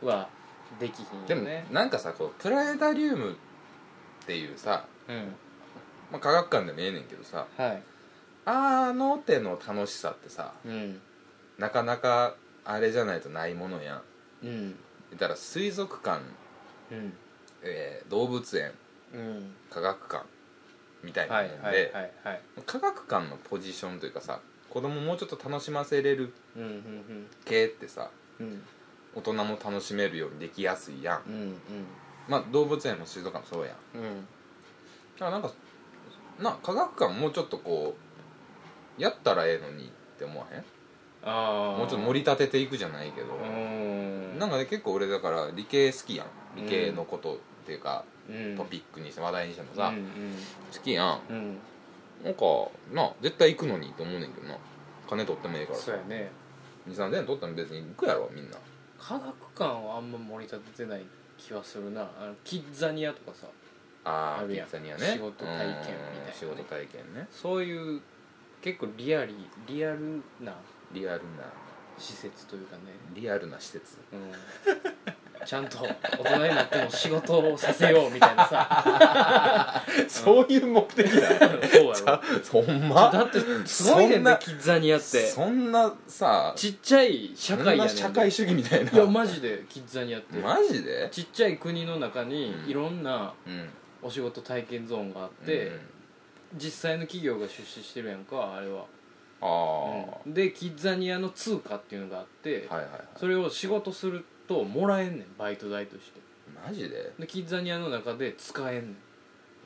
Speaker 2: う
Speaker 1: はでき
Speaker 2: ん
Speaker 1: ひ
Speaker 2: で
Speaker 1: んよ
Speaker 2: も
Speaker 1: ね
Speaker 2: なんかさこうプラネタリウムっていうさ
Speaker 1: うん
Speaker 2: まあ科学館でもええねんけどさ
Speaker 1: はい
Speaker 2: あの手の楽しさってさ
Speaker 1: うん
Speaker 2: なかなかあれじゃないとないものや
Speaker 1: う
Speaker 2: ん
Speaker 1: ん
Speaker 2: だから水族館、
Speaker 1: うん
Speaker 2: えー動物園
Speaker 1: うん
Speaker 2: 科学館みたいなも
Speaker 1: は
Speaker 2: ん
Speaker 1: い
Speaker 2: で、
Speaker 1: はいはいはい
Speaker 2: 科学館のポジションというかさ子供もうちょっと楽しませれる
Speaker 1: うんうん
Speaker 2: 系ってさ
Speaker 1: うんうん
Speaker 2: 大人も楽しめるようにできやすいやん
Speaker 1: うん
Speaker 2: まあ動物園も水族館もそうやん
Speaker 1: う
Speaker 2: だ
Speaker 1: んうん
Speaker 2: からなんかな科学館もうちょっとこうやったらええのにって思わへん
Speaker 1: ああ
Speaker 2: もうちょっと盛り立てていくじゃないけど
Speaker 1: う、ん
Speaker 2: なんかね結構俺だから理系好きやん理系のことっていうか、
Speaker 1: うん
Speaker 2: トピックにして話題にしてもさ、
Speaker 1: うん
Speaker 2: 好きやん
Speaker 1: うん、うん、
Speaker 2: なんかなあ絶対行くのにと思うねんけどな金取ってもええから
Speaker 1: そうやね
Speaker 2: 23千円取っても別に行くやろみんな
Speaker 1: 科学館はあんま盛り立ててない気はするなあのキッザニアとかさ
Speaker 2: あ
Speaker 1: あ
Speaker 2: あ
Speaker 1: る
Speaker 2: ピ
Speaker 1: やん
Speaker 2: ッツァニアね
Speaker 1: 仕事体験みたいなね
Speaker 2: うん仕事体験ね
Speaker 1: そういう結構リアリリアルな
Speaker 2: リアルな
Speaker 1: 施設というかね、
Speaker 2: リアルな施設
Speaker 1: (laughs) うん、ちゃんと大人になっても仕事をさせようみたいなさ
Speaker 2: そういう目的だよ
Speaker 1: そうやろだ
Speaker 2: (laughs) ほんま
Speaker 1: ってすごいね
Speaker 2: そん
Speaker 1: ん
Speaker 2: な
Speaker 1: ねキッザニアって
Speaker 2: そんなさ
Speaker 1: ちっちゃい社会やねん
Speaker 2: そんな社会主義みたいない
Speaker 1: やマジでキッザニアって
Speaker 2: マジで
Speaker 1: ちっちゃい国の中に
Speaker 2: うん
Speaker 1: いろんな
Speaker 2: うん
Speaker 1: お仕事体験ゾーンがあって、
Speaker 2: うん
Speaker 1: 実際の企業が出資してるやんかあれは、
Speaker 2: ああは
Speaker 1: うんでキッザニアの通貨っていうのがあって、
Speaker 2: いはいはい
Speaker 1: それを仕事するともらえんねんバイト代として
Speaker 2: マジで
Speaker 1: でキッザニアの中で使えんねんで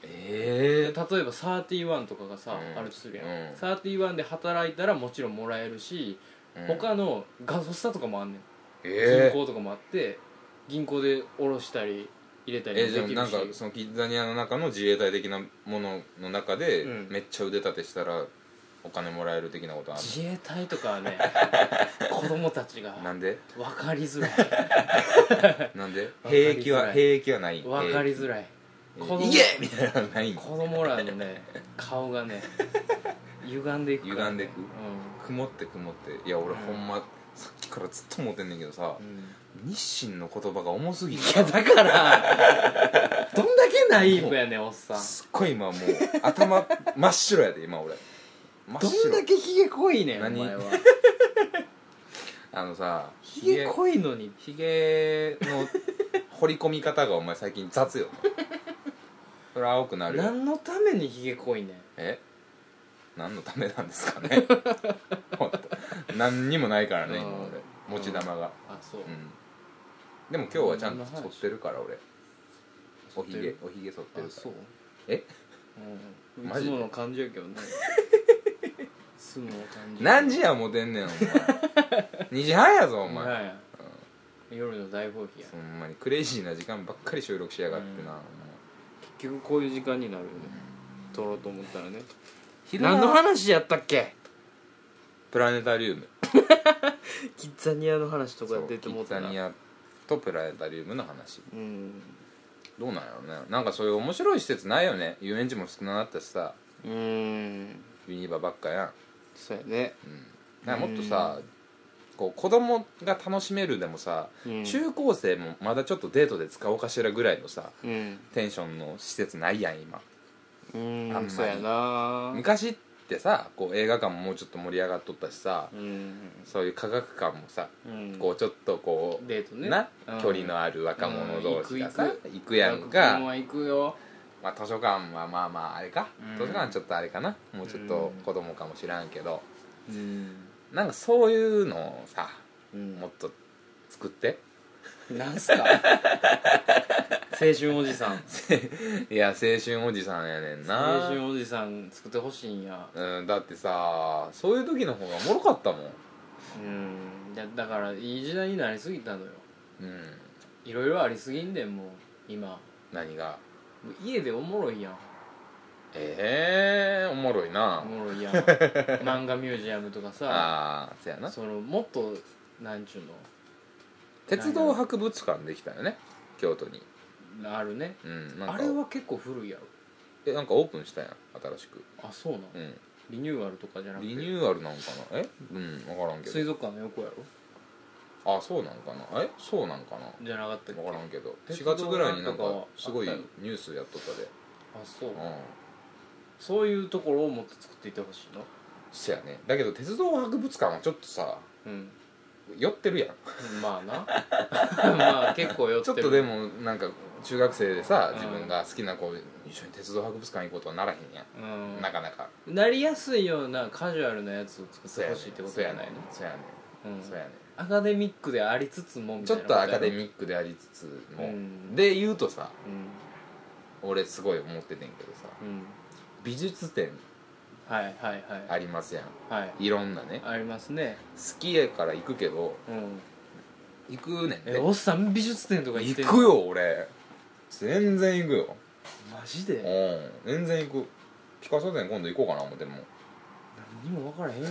Speaker 1: 例
Speaker 2: え
Speaker 1: え
Speaker 2: え
Speaker 1: ば31とかがさ、
Speaker 2: うん
Speaker 1: あるとするやん、
Speaker 2: うん
Speaker 1: 31で働いたらもちろんもらえるし、他のガソスタとかもあんねん、
Speaker 2: え
Speaker 1: 銀行とかもあって銀行で下ろしたり入れたり
Speaker 2: え
Speaker 1: で
Speaker 2: じゃあ
Speaker 1: きる
Speaker 2: なん
Speaker 1: し、
Speaker 2: かそのキッザニアの中の自衛隊的なものの中で
Speaker 1: うん
Speaker 2: めっちゃ腕立てしたらお金もらえる的なことある
Speaker 1: 自衛隊とかは
Speaker 2: (laughs)
Speaker 1: ね子供たちが
Speaker 2: なんで
Speaker 1: 分かりづらい
Speaker 2: なんで
Speaker 1: わかりづら
Speaker 2: 兵
Speaker 1: い
Speaker 2: 役は兵役はない
Speaker 1: 分かりづ
Speaker 2: ら
Speaker 1: らい
Speaker 2: い
Speaker 1: この
Speaker 2: いけみたいなのないん
Speaker 1: 子供らのね顔がね歪んでいくから、
Speaker 2: 歪んで
Speaker 1: ね、
Speaker 2: いく曇って曇っていや俺
Speaker 1: うん
Speaker 2: ほんまさっきからずっと思ってんねんけどさ
Speaker 1: うん、うん
Speaker 2: 日清の言葉が重すぎ
Speaker 1: い
Speaker 2: て
Speaker 1: やだからどんだけナイーブやねんおっさん
Speaker 2: すっごい今もう
Speaker 1: (laughs)
Speaker 2: 頭真っ白やで今俺真っ
Speaker 1: どんだ
Speaker 2: 白
Speaker 1: けヒゲ濃いねんお
Speaker 2: 何
Speaker 1: 前は
Speaker 2: あのさ
Speaker 1: ヒゲ濃いのに
Speaker 2: ひげの彫り込み方がお前最近
Speaker 1: (laughs)
Speaker 2: 雑よそれ青くなるよ
Speaker 1: 何のためにヒゲ濃いねん
Speaker 2: え何のためなんですか
Speaker 1: (laughs)
Speaker 2: ねほんと何にもないからね
Speaker 1: うん
Speaker 2: 今俺持ち玉が
Speaker 1: あそう
Speaker 2: うん、でも今日はちゃんと
Speaker 1: 何の話
Speaker 2: 剃ってるから俺
Speaker 1: 剃
Speaker 2: おひ
Speaker 1: って
Speaker 2: げ
Speaker 1: る
Speaker 2: おひげ剃ってる
Speaker 1: あ
Speaker 2: か
Speaker 1: そう
Speaker 2: え
Speaker 1: うんい
Speaker 2: マジ
Speaker 1: つ
Speaker 2: で
Speaker 1: もの感じやけ
Speaker 2: (laughs)
Speaker 1: どねいつもの感じ
Speaker 2: ら何時やもう出んねんお前
Speaker 1: (laughs)
Speaker 2: 2時半やぞお
Speaker 1: お
Speaker 2: 前、
Speaker 1: 前や夜の大放棄や
Speaker 2: ほんまにクレイジーな時間ばっかり収録しやがってな、
Speaker 1: うん
Speaker 2: もう
Speaker 1: 結局こういう時間になるよね撮ろうと思ったらね
Speaker 2: 昼
Speaker 1: 何の
Speaker 2: 間
Speaker 1: 話やったっけ
Speaker 2: プラネタリウム
Speaker 1: キッザニアの話と
Speaker 2: そ
Speaker 1: か
Speaker 2: う
Speaker 1: 出てもうた
Speaker 2: キッザニ
Speaker 1: な
Speaker 2: アとプラネタリウムの話
Speaker 1: うん
Speaker 2: どうなんやろねなんかそういう面白い施設ないよね遊園地も少なかったしさ
Speaker 1: うん
Speaker 2: ユニバばっかやん
Speaker 1: そうやね
Speaker 2: なんかもっとさこう子供が楽しめるでもさ、
Speaker 1: うん
Speaker 2: 中高生もまだちょっとデートで使おうかしらぐらいのさ
Speaker 1: うん
Speaker 2: テンションの施設ないやん今
Speaker 1: うん
Speaker 2: あんまり
Speaker 1: そうやな
Speaker 2: 昔ってさこう映画館ももうちょっと盛り上がっとったしさ、
Speaker 1: うん
Speaker 2: そういう科学館もさ
Speaker 1: うん
Speaker 2: こうちょっとこう、
Speaker 1: デートね
Speaker 2: な、
Speaker 1: うん
Speaker 2: 距離のある若者同士がさ、
Speaker 1: うん
Speaker 2: 行くやん
Speaker 1: 学
Speaker 2: か、
Speaker 1: 校は行くよ
Speaker 2: まあ、図書館はまあまああれか、
Speaker 1: うん
Speaker 2: 図書館はちょっとあれかなもうちょっと
Speaker 1: うん
Speaker 2: 子供かもしらんけど、
Speaker 1: うん
Speaker 2: なんかそういうのをさ
Speaker 1: うん
Speaker 2: もっと作って
Speaker 1: なん
Speaker 2: (laughs)
Speaker 1: すか青春おじさん
Speaker 2: いや青春おじさんやねん
Speaker 1: 青
Speaker 2: な
Speaker 1: 春おじさん作ってほしいんや
Speaker 2: うん、だってさそういう時の方がおもろかったもん
Speaker 1: うんいやだからいい時代になりすぎたのよ
Speaker 2: うん
Speaker 1: いろいろありすぎんでもう今も
Speaker 2: 何が
Speaker 1: う家でおもろいやん
Speaker 2: ええおもろいな
Speaker 1: おもろいや
Speaker 2: (laughs)
Speaker 1: ん漫画ミュージアムとかさ
Speaker 2: ああーそやな
Speaker 1: そのもっとなんちゅう
Speaker 2: 鉄道博物館できたよね京都に
Speaker 1: のあるね
Speaker 2: うんなんか
Speaker 1: あれは結構古いやろ
Speaker 2: えなんかオープンしたやん新しく
Speaker 1: あそうなの
Speaker 2: うん
Speaker 1: リニューアルとかじゃなく
Speaker 2: リニ
Speaker 1: て
Speaker 2: ューアルなんかなえうん分からんけ
Speaker 1: 水
Speaker 2: ど
Speaker 1: 族館の横やろ
Speaker 2: あそうなんかなえそうなんかな
Speaker 1: じゃなかったっけ
Speaker 2: 分からんけど
Speaker 1: 鉄
Speaker 2: 4
Speaker 1: 道
Speaker 2: 月ぐらいになん
Speaker 1: なんとかは
Speaker 2: かすごい
Speaker 1: あったよ
Speaker 2: ニュースやっとったで
Speaker 1: あそう
Speaker 2: うん
Speaker 1: そういうところをもっと作っていってほしいの
Speaker 2: そやねだけど鉄道博物館はちょっとさ
Speaker 1: うん
Speaker 2: 寄ってるやん
Speaker 1: まあな (laughs) まあ結構寄っ
Speaker 2: ちょ
Speaker 1: て
Speaker 2: っ
Speaker 1: る
Speaker 2: とでもなんか中学生でさ
Speaker 1: うん
Speaker 2: 自分が好きな子一緒に鉄道博物館行こうとはならへんやん
Speaker 1: うん
Speaker 2: なかなか
Speaker 1: なりやすいようなカジュアルなやつを作ってほしいってことじゃないの
Speaker 2: そうやね
Speaker 1: うん
Speaker 2: そうやね
Speaker 1: アカデミックでありつつもみ
Speaker 2: ち
Speaker 1: たい
Speaker 2: ょっ
Speaker 1: な
Speaker 2: とアカデ
Speaker 1: ッ
Speaker 2: ミックでありつつ
Speaker 1: う
Speaker 2: も
Speaker 1: ん
Speaker 2: で言うとさ
Speaker 1: クうん、
Speaker 2: 俺すごい思っててんけどさ
Speaker 1: うん、
Speaker 2: 美術展
Speaker 1: はいはいはい
Speaker 2: ありますやん
Speaker 1: はい
Speaker 2: いろんなね
Speaker 1: ありますね
Speaker 2: 好きやから行くけど
Speaker 1: うん
Speaker 2: 行くねん
Speaker 1: え
Speaker 2: で
Speaker 1: おっさん美術展とか行って
Speaker 2: 行
Speaker 1: ん
Speaker 2: くよ俺全然行くよ
Speaker 1: マジで
Speaker 2: うん全然行くピカソ展今度行こうかな思ってるもん
Speaker 1: 何にも分からへんや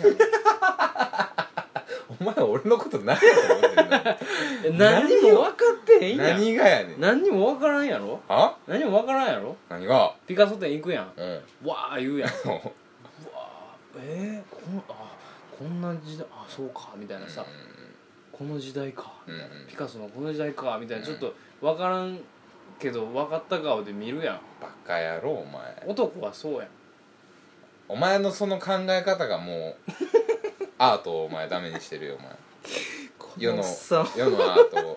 Speaker 2: お前俺のこと何やと思って
Speaker 1: (laughs)
Speaker 2: んの (laughs)
Speaker 1: ん何にも分かってへんやん
Speaker 2: 何がやねん
Speaker 1: 何にも分からんやろ
Speaker 2: あ
Speaker 1: 何にも分からんやろ
Speaker 2: 何が
Speaker 1: ピカソ展行くやん
Speaker 2: うん
Speaker 1: わあ言うやんえー、こんあこんな時代あそうかみたいなさ、この時代か、
Speaker 2: うん
Speaker 1: ピカソのこの時代かみたいな
Speaker 2: うん
Speaker 1: ちょっと分からんけど分かった顔で見るやん
Speaker 2: バカ野郎お前
Speaker 1: 男はそうやん
Speaker 2: お前のその考え方
Speaker 1: (laughs)
Speaker 2: がもうアートをお前ダメにしてるよお前世の世のアートを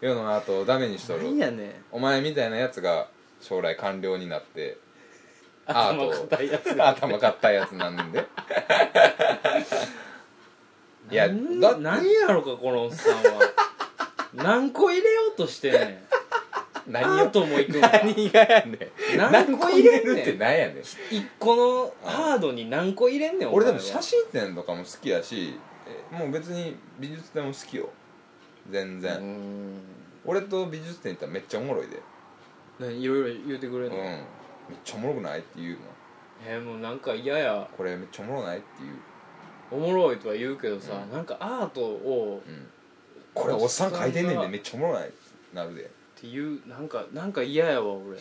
Speaker 2: 世のアートをダメにしと
Speaker 1: 何
Speaker 2: る
Speaker 1: やねん
Speaker 2: お前みたいなやつが将来官僚に
Speaker 1: (laughs)
Speaker 2: なってアート
Speaker 1: 頭固いやつが
Speaker 2: 頭固いやつなんでいや
Speaker 1: なん
Speaker 2: だって
Speaker 1: 何やろかこのおっさん
Speaker 2: (laughs)
Speaker 1: は何個入れようとしてんねん
Speaker 2: 何
Speaker 1: アー
Speaker 2: を
Speaker 1: トも行くんか
Speaker 2: 何がやねん
Speaker 1: 何
Speaker 2: 何
Speaker 1: 個
Speaker 2: 個
Speaker 1: 入
Speaker 2: 入
Speaker 1: れ
Speaker 2: れ
Speaker 1: んねん
Speaker 2: るって何やねん
Speaker 1: 一個のハードに何個入れんねんお前
Speaker 2: 俺
Speaker 1: は
Speaker 2: でも写真展とかも好きやしえもう別に美術展も好きよ全
Speaker 1: う
Speaker 2: 然、
Speaker 1: ーん
Speaker 2: 俺と美術展行ったらめっちゃおもろいで
Speaker 1: 何いろいろ言うてくれ
Speaker 2: うんん
Speaker 1: の、
Speaker 2: めっちゃおもろくないって言うもん
Speaker 1: えーもうなんか嫌や
Speaker 2: これめっちゃおもろないって言う、
Speaker 1: おもろいとは言うけどさ、
Speaker 2: うん
Speaker 1: なんかアートを
Speaker 2: うん、これおっさん書いてんねん
Speaker 1: おっさん
Speaker 2: で
Speaker 1: が
Speaker 2: めっちゃおもろないってなるで
Speaker 1: っていうなんかなんか嫌やわ
Speaker 2: (laughs)
Speaker 1: 俺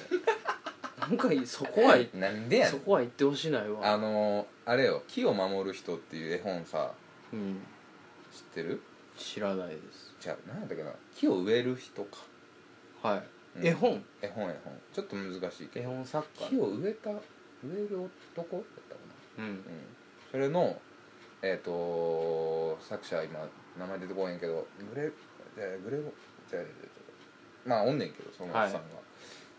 Speaker 1: なんかいそこは
Speaker 2: なんでやね
Speaker 1: そ
Speaker 2: ん
Speaker 1: こは言ってほしないわ
Speaker 2: あのー、あれよ「木を守る人」っていう絵本さ
Speaker 1: うん
Speaker 2: 知ってる
Speaker 1: 知らないです
Speaker 2: じゃあ何やったっけな木を植える人か
Speaker 1: はい、
Speaker 2: うん
Speaker 1: 絵本
Speaker 2: 絵本絵本ちょっと難しいけ
Speaker 1: 絵
Speaker 2: ど
Speaker 1: 本作家
Speaker 2: 木を植えた植える男だったかな
Speaker 1: うん
Speaker 2: うん、それのえっ、と作者今名前出てこへんけどグレじゃあグレゴじゃあじゃあじゃあまあおんねんけどそのおっさんが、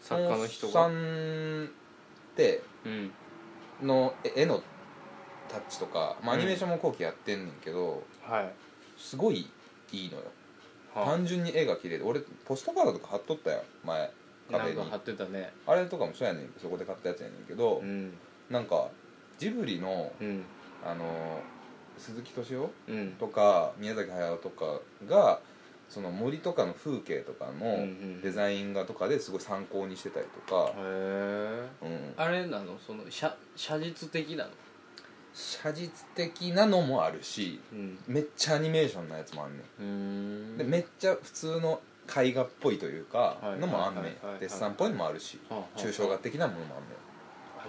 Speaker 1: 作家の人
Speaker 2: そおっさ
Speaker 1: が
Speaker 2: んって
Speaker 1: うん
Speaker 2: の絵絵のタッチとか、まあ、アニメーションも後期やってんねんけど、
Speaker 1: はい
Speaker 2: すごいいいのよ
Speaker 1: は
Speaker 2: 単純に絵が綺麗で俺ポストカードとか貼っとったやん前
Speaker 1: な
Speaker 2: 壁
Speaker 1: ん
Speaker 2: に
Speaker 1: か貼ってたね
Speaker 2: あれとかもそうやねんそこで買ったやつやねんけど、
Speaker 1: うん
Speaker 2: なんかジブリの
Speaker 1: うん
Speaker 2: あの鈴木敏夫
Speaker 1: うん
Speaker 2: とか宮崎駿とかがその森とかの風景とか
Speaker 1: うんう
Speaker 2: の
Speaker 1: ん
Speaker 2: デザイン画とかですごい参考にしてたりとか、
Speaker 1: へえ
Speaker 2: うん、
Speaker 1: あれなのその写写実的なの
Speaker 2: 写実的なのもあるし
Speaker 1: うん
Speaker 2: めっちゃアニメーションなやつもあんね
Speaker 1: うーん
Speaker 2: んでめっちゃ普通の絵画っぽいというか
Speaker 1: はい
Speaker 2: のもあんねん
Speaker 1: はいはいはい
Speaker 2: デッサンっぽいのもあるし
Speaker 1: はあはあ
Speaker 2: 抽象画的なものもあんねん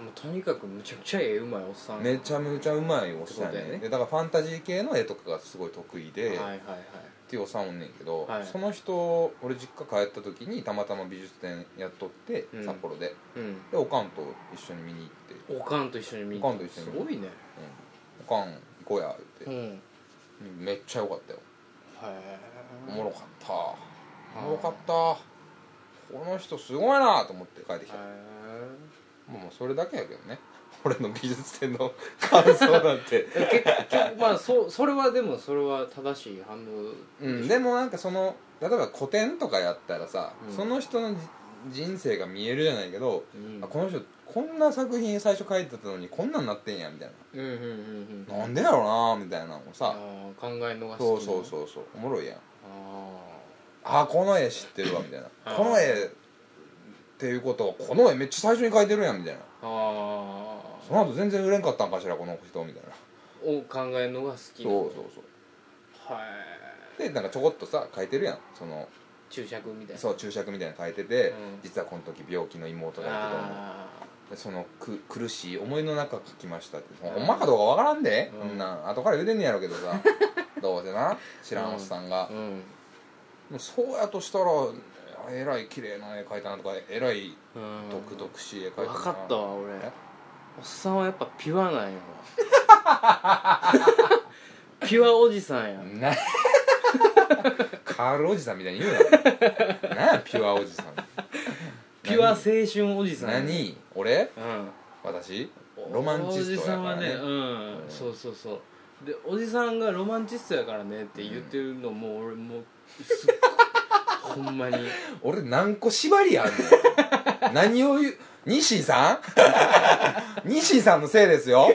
Speaker 1: あもうとにかくむちゃくちゃええうまいおっさん
Speaker 2: めちゃめちゃうまいおっさんや
Speaker 1: ってことだよ
Speaker 2: ね
Speaker 1: ね
Speaker 2: んでだからファンタジー系の絵とかがすごい得意で、
Speaker 1: はいはいはい
Speaker 2: っていうおっさんおんねんけど、
Speaker 1: はい
Speaker 2: その人俺実家帰った時にたまたま美術展やっとって、
Speaker 1: うん
Speaker 2: 札幌で
Speaker 1: うん
Speaker 2: でおかんと一緒に見に行って、うん、
Speaker 1: おかんと一緒に見に
Speaker 2: おかんと一緒に
Speaker 1: すごいね
Speaker 2: おかん行こうや
Speaker 1: う
Speaker 2: 言
Speaker 1: ん
Speaker 2: っ
Speaker 1: へ
Speaker 2: て、めっちゃ良かったよ
Speaker 1: え
Speaker 2: おもろかったおもろかったこの人すごいなと思って帰ってきた、
Speaker 1: へ
Speaker 2: もうもうそれだけやけどね (laughs) 俺の美術展の感想なんて
Speaker 1: え結局まあそそれはでもそれは正しい反応
Speaker 2: うん、でもなんかその例えば古典とかやったらさ、
Speaker 1: うん
Speaker 2: その人のじ人生が見えるじゃないけど、
Speaker 1: うん
Speaker 2: あこの人こんな作品最初書いてたのにこんなんなってんやみたい
Speaker 1: うんうんうんうん
Speaker 2: な、なんでやろなみたいなのを
Speaker 1: あ
Speaker 2: さ、
Speaker 1: ー考え逃す
Speaker 2: そうそう
Speaker 1: う
Speaker 2: そうそうおもろいやん
Speaker 1: あ
Speaker 2: あこの絵知って
Speaker 1: (laughs)
Speaker 2: るわみたいな
Speaker 1: あー
Speaker 2: この絵っていうことはこの絵めっちゃ最初に描いてるやんみたいな
Speaker 1: ーあ
Speaker 2: その後全然売れんかったんかしらこの人みたいな
Speaker 1: ーを考えのが好きな
Speaker 2: そうそうそう
Speaker 1: はい
Speaker 2: でなんかちょこっとさ描いてるやんその
Speaker 1: 注釈みたいな
Speaker 2: そう注釈みたいなの書いてて、
Speaker 1: うん
Speaker 2: 実はこの時病気の妹がいてどうの
Speaker 1: あ
Speaker 2: でそのく苦しい思いの中書きましたってほんまかどうかわからんで、
Speaker 1: うん
Speaker 2: こんなん後から言うてんねやろうけど
Speaker 1: (laughs)
Speaker 2: さどうせな知らんおっさんが
Speaker 1: ー、うん
Speaker 2: もうそうやとしたらえらい綺麗な絵描いたなとかえらい
Speaker 1: うん
Speaker 2: 独特しい絵描いた
Speaker 1: 分
Speaker 2: な
Speaker 1: かったわ俺お
Speaker 2: え
Speaker 1: っさんはやっぱピュアなんやわピュアおじさんや
Speaker 2: なカールおじさんみたいに言うな
Speaker 1: (laughs)
Speaker 2: なんやピュアおじさん
Speaker 1: ピュア青春おじさんや
Speaker 2: 何俺
Speaker 1: うん
Speaker 2: 私ロマンチストやから
Speaker 1: おじさんは
Speaker 2: ね
Speaker 1: ねうんそうそうそうでおじさんがロマンチストやからねって言ってるのもう俺もうすっご
Speaker 2: (laughs)
Speaker 1: いほんまに
Speaker 2: 俺何個縛りあんの (laughs) 何を言う西井さん (laughs) 西井さんのせいですよ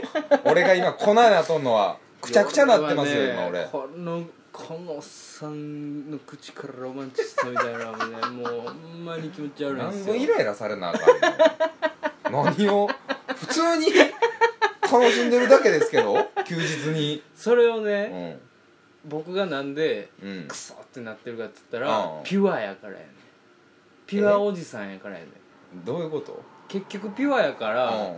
Speaker 2: 俺が今粉になっとんのはくちゃくちゃなってますよ、今俺
Speaker 1: このこのおっさんの口からロマンチストみたいなのもねもうほんまに気持ち悪いんで
Speaker 2: 何
Speaker 1: すよ
Speaker 2: 分イライラされなあかんの何を普通に楽しんでるだけですけど休日に
Speaker 1: それを
Speaker 2: う
Speaker 1: ね、
Speaker 2: ん
Speaker 1: 僕がなんで
Speaker 2: うん
Speaker 1: クソってなってるかって言ったら、
Speaker 2: うん
Speaker 1: ピュアやからやねピュアおじさんやからやね
Speaker 2: どういうこと
Speaker 1: 結局ピュアやか
Speaker 2: うん
Speaker 1: ら、
Speaker 2: はい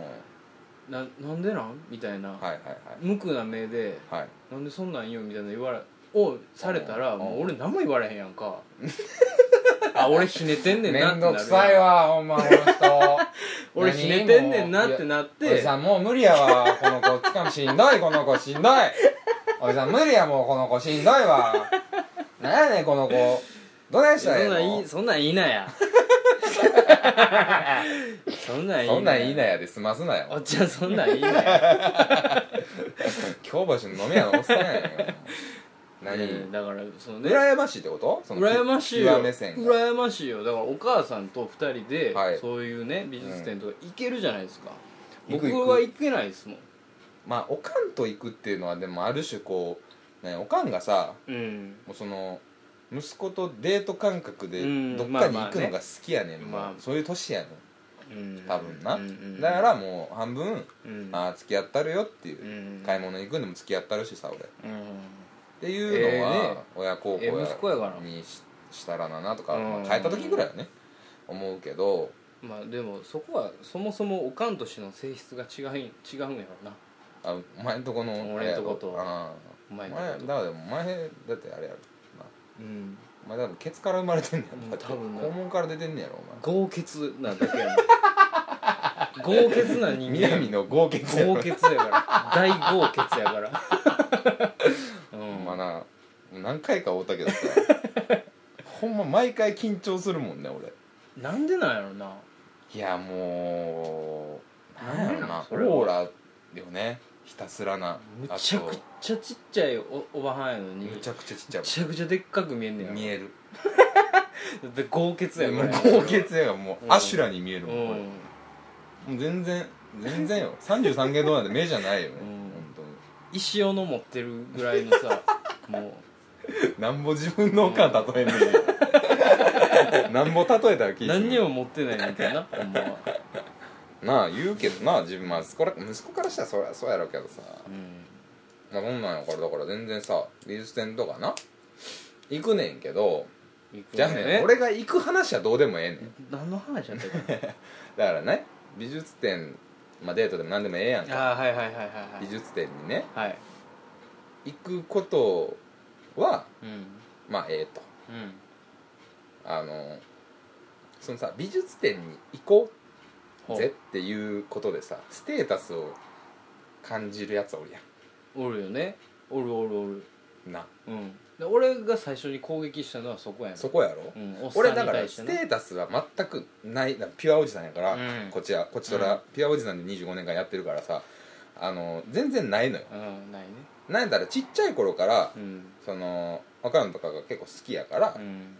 Speaker 1: ななんでなんみたいな、
Speaker 2: はい
Speaker 1: 無垢な目で
Speaker 2: はいは
Speaker 1: 「
Speaker 2: い
Speaker 1: なんでそんなん言う?」みたいな言われをされたら
Speaker 2: うん
Speaker 1: もう俺何も言われへんやん
Speaker 2: (laughs)
Speaker 1: かあ俺ひねてんねん
Speaker 2: め
Speaker 1: なっ
Speaker 2: ん
Speaker 1: てな
Speaker 2: ど
Speaker 1: る
Speaker 2: くさいわほんまこの人
Speaker 1: (laughs) 俺ひねてんねんなってなっ
Speaker 2: おじ
Speaker 1: て
Speaker 2: さんもう無理やわこの子つかみしんどいこの子しんどいおじさん無理やもうこの子しんどいわなんやねんこの子どないし
Speaker 1: そ
Speaker 2: たらええ
Speaker 1: ん
Speaker 2: の
Speaker 1: なんいいそんなんいいな
Speaker 2: (laughs)
Speaker 1: やそんなんいい
Speaker 2: そんなんいいなやで済ますな
Speaker 1: お
Speaker 2: よ
Speaker 1: っちゃんそんなんいいなや
Speaker 2: 京橋の飲み屋のおっさんやねんよ何、
Speaker 1: いやいやだからそのね
Speaker 2: 羨ましいってことその
Speaker 1: 羨ましい
Speaker 2: ピュ
Speaker 1: よ
Speaker 2: ア目線が
Speaker 1: 羨ましいよだからお母さんと二人で、
Speaker 2: はい
Speaker 1: そういうね美術展とか行けるじゃないですか、
Speaker 2: 行く行く
Speaker 1: 僕は行けないですもん
Speaker 2: まあおかんと行くっていうのはでもある種こう、ね、おかんがさ
Speaker 1: うん
Speaker 2: もうその息子とデート感覚で
Speaker 1: うん
Speaker 2: どっかに
Speaker 1: まあま
Speaker 2: 行
Speaker 1: あ
Speaker 2: く
Speaker 1: ね
Speaker 2: のが好きやねん、
Speaker 1: まあ
Speaker 2: もうそういう年やねん
Speaker 1: うん
Speaker 2: 多分な、
Speaker 1: うんうん
Speaker 2: だからもう半分
Speaker 1: うん
Speaker 2: ああ付き合ったるよっていうう、
Speaker 1: ん
Speaker 2: 買い物行くんでも付き合ったるしさ俺っ
Speaker 1: うん
Speaker 2: ていうの
Speaker 1: ええ
Speaker 2: は
Speaker 1: ね
Speaker 2: 親孝行
Speaker 1: ええ息子やから
Speaker 2: にししたらななとか、
Speaker 1: うん
Speaker 2: まあ帰った時ぐらいはね思うけど
Speaker 1: まあでもそこはそもそもおかんとしての性質が違い違うんやろうな
Speaker 2: あお前んとこの
Speaker 1: 俺んとこと
Speaker 2: ああ
Speaker 1: お
Speaker 2: お
Speaker 1: 前
Speaker 2: 前
Speaker 1: の
Speaker 2: だ
Speaker 1: こ
Speaker 2: からでもお前だってあれやろな
Speaker 1: とうん
Speaker 2: お前多分ケツから生まれてんね
Speaker 1: うん
Speaker 2: やろだって
Speaker 1: 多分な
Speaker 2: 肛門から出てんねやろお前
Speaker 1: 豪傑なだけや
Speaker 2: (laughs)
Speaker 1: な豪傑な人間
Speaker 2: 南の豪傑やろ
Speaker 1: 豪傑やから大豪傑やから
Speaker 2: (laughs)
Speaker 1: う
Speaker 2: ほん
Speaker 1: ん
Speaker 2: まな何回か会うた
Speaker 1: (laughs)
Speaker 2: けどさほんま毎回緊張するもんね俺
Speaker 1: なんでなんやろない
Speaker 2: やもうなん
Speaker 1: な
Speaker 2: やろ
Speaker 1: んやろ
Speaker 2: な
Speaker 1: それは
Speaker 2: オーラよねひたすらな
Speaker 1: むちゃくちゃちっちゃいおおばはんやの
Speaker 2: あ
Speaker 1: に
Speaker 2: とむ
Speaker 1: む
Speaker 2: ちゃくちゃちっちゃい
Speaker 1: ちゃくちゃでっかく見えんねやろ
Speaker 2: 見える
Speaker 1: だって豪傑や
Speaker 2: も
Speaker 1: か
Speaker 2: う
Speaker 1: ら
Speaker 2: 高血やがも
Speaker 1: う
Speaker 2: うんアシュラに見える
Speaker 1: う
Speaker 2: もんこれ
Speaker 1: ん
Speaker 2: もう全然全然よ33系ドアで目じゃないよね
Speaker 1: うん
Speaker 2: 本
Speaker 1: 石斧持ってるぐらいの
Speaker 2: (laughs)
Speaker 1: さもう
Speaker 2: 当になんぼ自分のおかん例えんね
Speaker 1: (laughs)
Speaker 2: んなんぼ例えたら聞いて
Speaker 1: 何にも持ってないねんけどなほんまは
Speaker 2: うな言うけどな自分まあ息子ら息子からしたらそりゃそうやろうけどさ
Speaker 1: うん
Speaker 2: まあそんなんやからだから全然さ美術展とかな行くねんけど
Speaker 1: 行く
Speaker 2: じゃあね俺が行く話はどうでもええねん
Speaker 1: 何の話やったっ
Speaker 2: (laughs)
Speaker 1: け
Speaker 2: だからね美術展まあデートでも何でもええやんか
Speaker 1: ああはいはいはいはいは
Speaker 2: 美
Speaker 1: い
Speaker 2: 術展にね
Speaker 1: はい
Speaker 2: 行くことは
Speaker 1: うん
Speaker 2: まあええと
Speaker 1: うん
Speaker 2: あのそのさ美術展に行こう
Speaker 1: ほ
Speaker 2: ぜっていうことでさステータスを感じるやつおるや
Speaker 1: おるよねおるおるおる
Speaker 2: んな
Speaker 1: うんで俺が最初に攻撃したのはそこやねん
Speaker 2: そこやろ、
Speaker 1: うんおっさん
Speaker 2: 俺
Speaker 1: に
Speaker 2: だから
Speaker 1: 対して
Speaker 2: ス
Speaker 1: な
Speaker 2: テータスは全くないだからピュアおじさんやから、
Speaker 1: うん
Speaker 2: こっちはこっちとら、
Speaker 1: う
Speaker 2: ピュアおじさんで25年間やってるからさあの全然ないのよ
Speaker 1: うんないね
Speaker 2: なんやったらちっちゃい頃から、
Speaker 1: うん
Speaker 2: その若野とかが結構好きやから、
Speaker 1: うん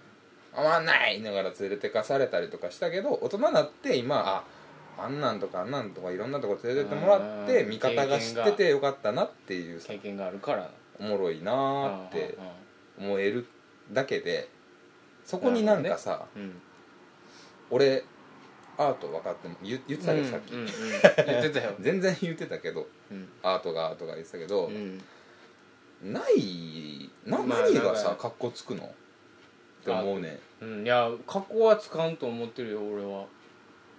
Speaker 2: 合わない言いながら連れてかされたりとかしたけど大人になって今ああんなんとかあんなんとかいろんなとこ連れてってもらって
Speaker 1: うん
Speaker 2: 味方が知っててよかったなっていうさ
Speaker 1: 経験があるから
Speaker 2: おもろいなーって思えるだけでそこになんかさ
Speaker 1: うんうん
Speaker 2: 俺アート分かっても言言ってたけどさっき
Speaker 1: うんうんうん (laughs) 言ってたよ
Speaker 2: 全然言ってたけど
Speaker 1: うん
Speaker 2: アートがアートが言ってたけど
Speaker 1: うん
Speaker 2: ないな
Speaker 1: まあ
Speaker 2: 何
Speaker 1: なん
Speaker 2: が
Speaker 1: か
Speaker 2: さかっこつくのって思うね
Speaker 1: うんいや格好はつかんと思ってるよ俺は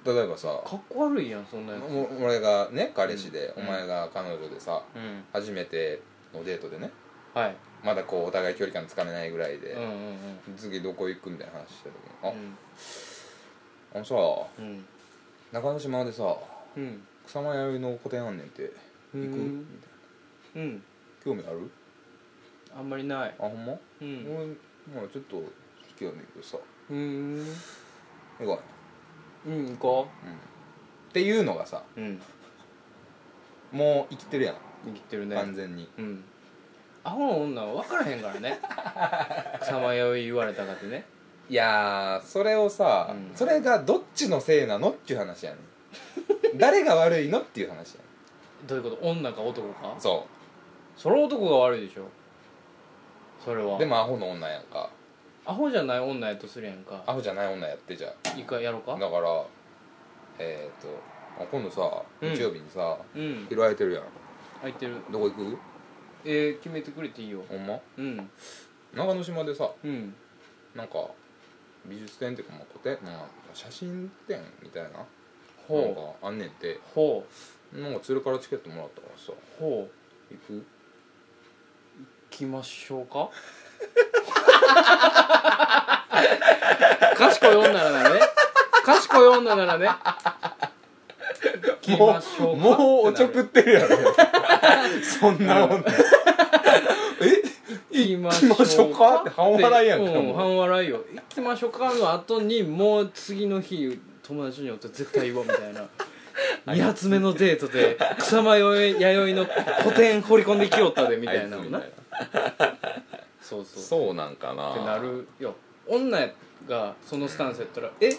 Speaker 2: 例えばさ
Speaker 1: 格好悪いやんそんなやつ
Speaker 2: もう俺がね彼氏で、
Speaker 1: うん
Speaker 2: お前が彼女でさ
Speaker 1: うん
Speaker 2: 初めてのデートでね
Speaker 1: はい
Speaker 2: まだこうお互い距離感つかめないぐらいで
Speaker 1: うん、うん
Speaker 2: 次どこ行くみたいな話してた
Speaker 1: う
Speaker 2: 時に
Speaker 1: ん
Speaker 2: 「あ、あのさ
Speaker 1: うん
Speaker 2: 中之島でさ
Speaker 1: うん
Speaker 2: 草間彌生の個展あんねんって
Speaker 1: う
Speaker 2: 行く?」み
Speaker 1: ん
Speaker 2: たいな
Speaker 1: うん
Speaker 2: 「興味ある
Speaker 1: あんまりない
Speaker 2: あほんま
Speaker 1: うん
Speaker 2: 俺まあちょっと好きやねんけどさ
Speaker 1: うん
Speaker 2: 行こ
Speaker 1: うん行こ
Speaker 2: う、うん」っていうのがさ
Speaker 1: ううん
Speaker 2: もう生きてるやん、
Speaker 1: 生きてるね
Speaker 2: 完全に
Speaker 1: うんアホの女は分からへんから (laughs) ね草間弥生言われたかってね
Speaker 2: いやーそれをさ、
Speaker 1: うん
Speaker 2: それがどっちのせいなのっていう話やね
Speaker 1: (laughs)
Speaker 2: ん誰が悪いのっていう話やね
Speaker 1: どういうこと女か男か
Speaker 2: んそ
Speaker 1: その男が悪いでしょそれは
Speaker 2: うでもアホの女やんか
Speaker 1: アホじゃない女やとするやんか
Speaker 2: アホじゃない女やってじゃ
Speaker 1: 一回やろう
Speaker 2: あ
Speaker 1: か
Speaker 2: だからえっ、ー、とあ今度さ
Speaker 1: うん
Speaker 2: 日曜日にさ、
Speaker 1: うん
Speaker 2: 昼空いてるやん
Speaker 1: 空いてる
Speaker 2: どこ行く
Speaker 1: えー、決めてくれていいよ
Speaker 2: ほんま
Speaker 1: うん
Speaker 2: 長野島でさ
Speaker 1: うん
Speaker 2: なんか美術展っていうかまあ個展、まあ、写真展みたいななんか
Speaker 1: ほ
Speaker 2: あんねんて
Speaker 1: うほ
Speaker 2: なんか鶴からチケットもらったからさ
Speaker 1: うほう
Speaker 2: 行く
Speaker 1: 行きましょうか賢い女ならね賢い女ならね行きましょうか
Speaker 2: もうもうおちょ
Speaker 1: ってな
Speaker 2: く
Speaker 1: る
Speaker 2: ってる (laughs) やろそんなもん
Speaker 1: 行きま
Speaker 2: 行きましょうかって半笑いやんか
Speaker 1: う
Speaker 2: も
Speaker 1: ん
Speaker 2: う
Speaker 1: 半笑いよ行きましょうかの後にもう次の日友達によって絶対言おうみたい
Speaker 2: (laughs)
Speaker 1: な2発目のデートで草間弥生の古典放り込んできよったでみたいな
Speaker 2: あ
Speaker 1: の
Speaker 2: いつ
Speaker 1: なそうそう
Speaker 2: そうなんかな
Speaker 1: ってなるよ女がそのスタンスやったら「えっ?」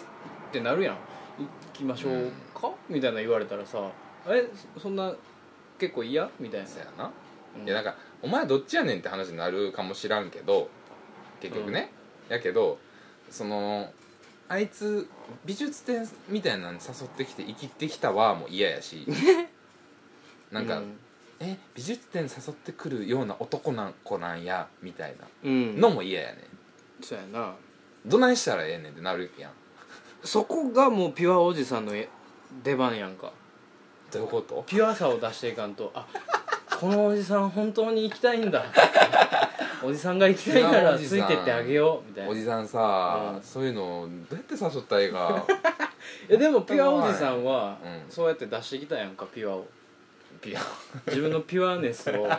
Speaker 1: てなるやん「行きましょうか?」みたいな言われたらさ「えそそんな結構嫌?」みたいな
Speaker 2: そうやな、
Speaker 1: うん
Speaker 2: いやなんかお前どっちやねんって話になるかもしらんけど結局ね、やけどそのあいつ美術展みたいなの誘ってきて生きてきたわも嫌や (laughs) しなんか、え美術展誘ってくるような男な子なんやみたいな
Speaker 1: うん
Speaker 2: のも嫌やね
Speaker 1: そうやなん
Speaker 2: どないしたらええねんってなるやん
Speaker 1: そこがもうピュアおじさんのえ出番やんか
Speaker 2: どういうこと
Speaker 1: ピュアさを出していかんとあこのおじさん本当に行きたいんだおじさんが行きたいならついてってあげようみたいな
Speaker 2: おじさんさ、
Speaker 1: うん
Speaker 2: そういうのどうやって誘ったらええか
Speaker 1: えでもピュアおじさんは
Speaker 2: うん
Speaker 1: そうやって出してきたやんかピュアを
Speaker 2: ピュア
Speaker 1: 自分のピュアネ
Speaker 2: (laughs)
Speaker 1: スを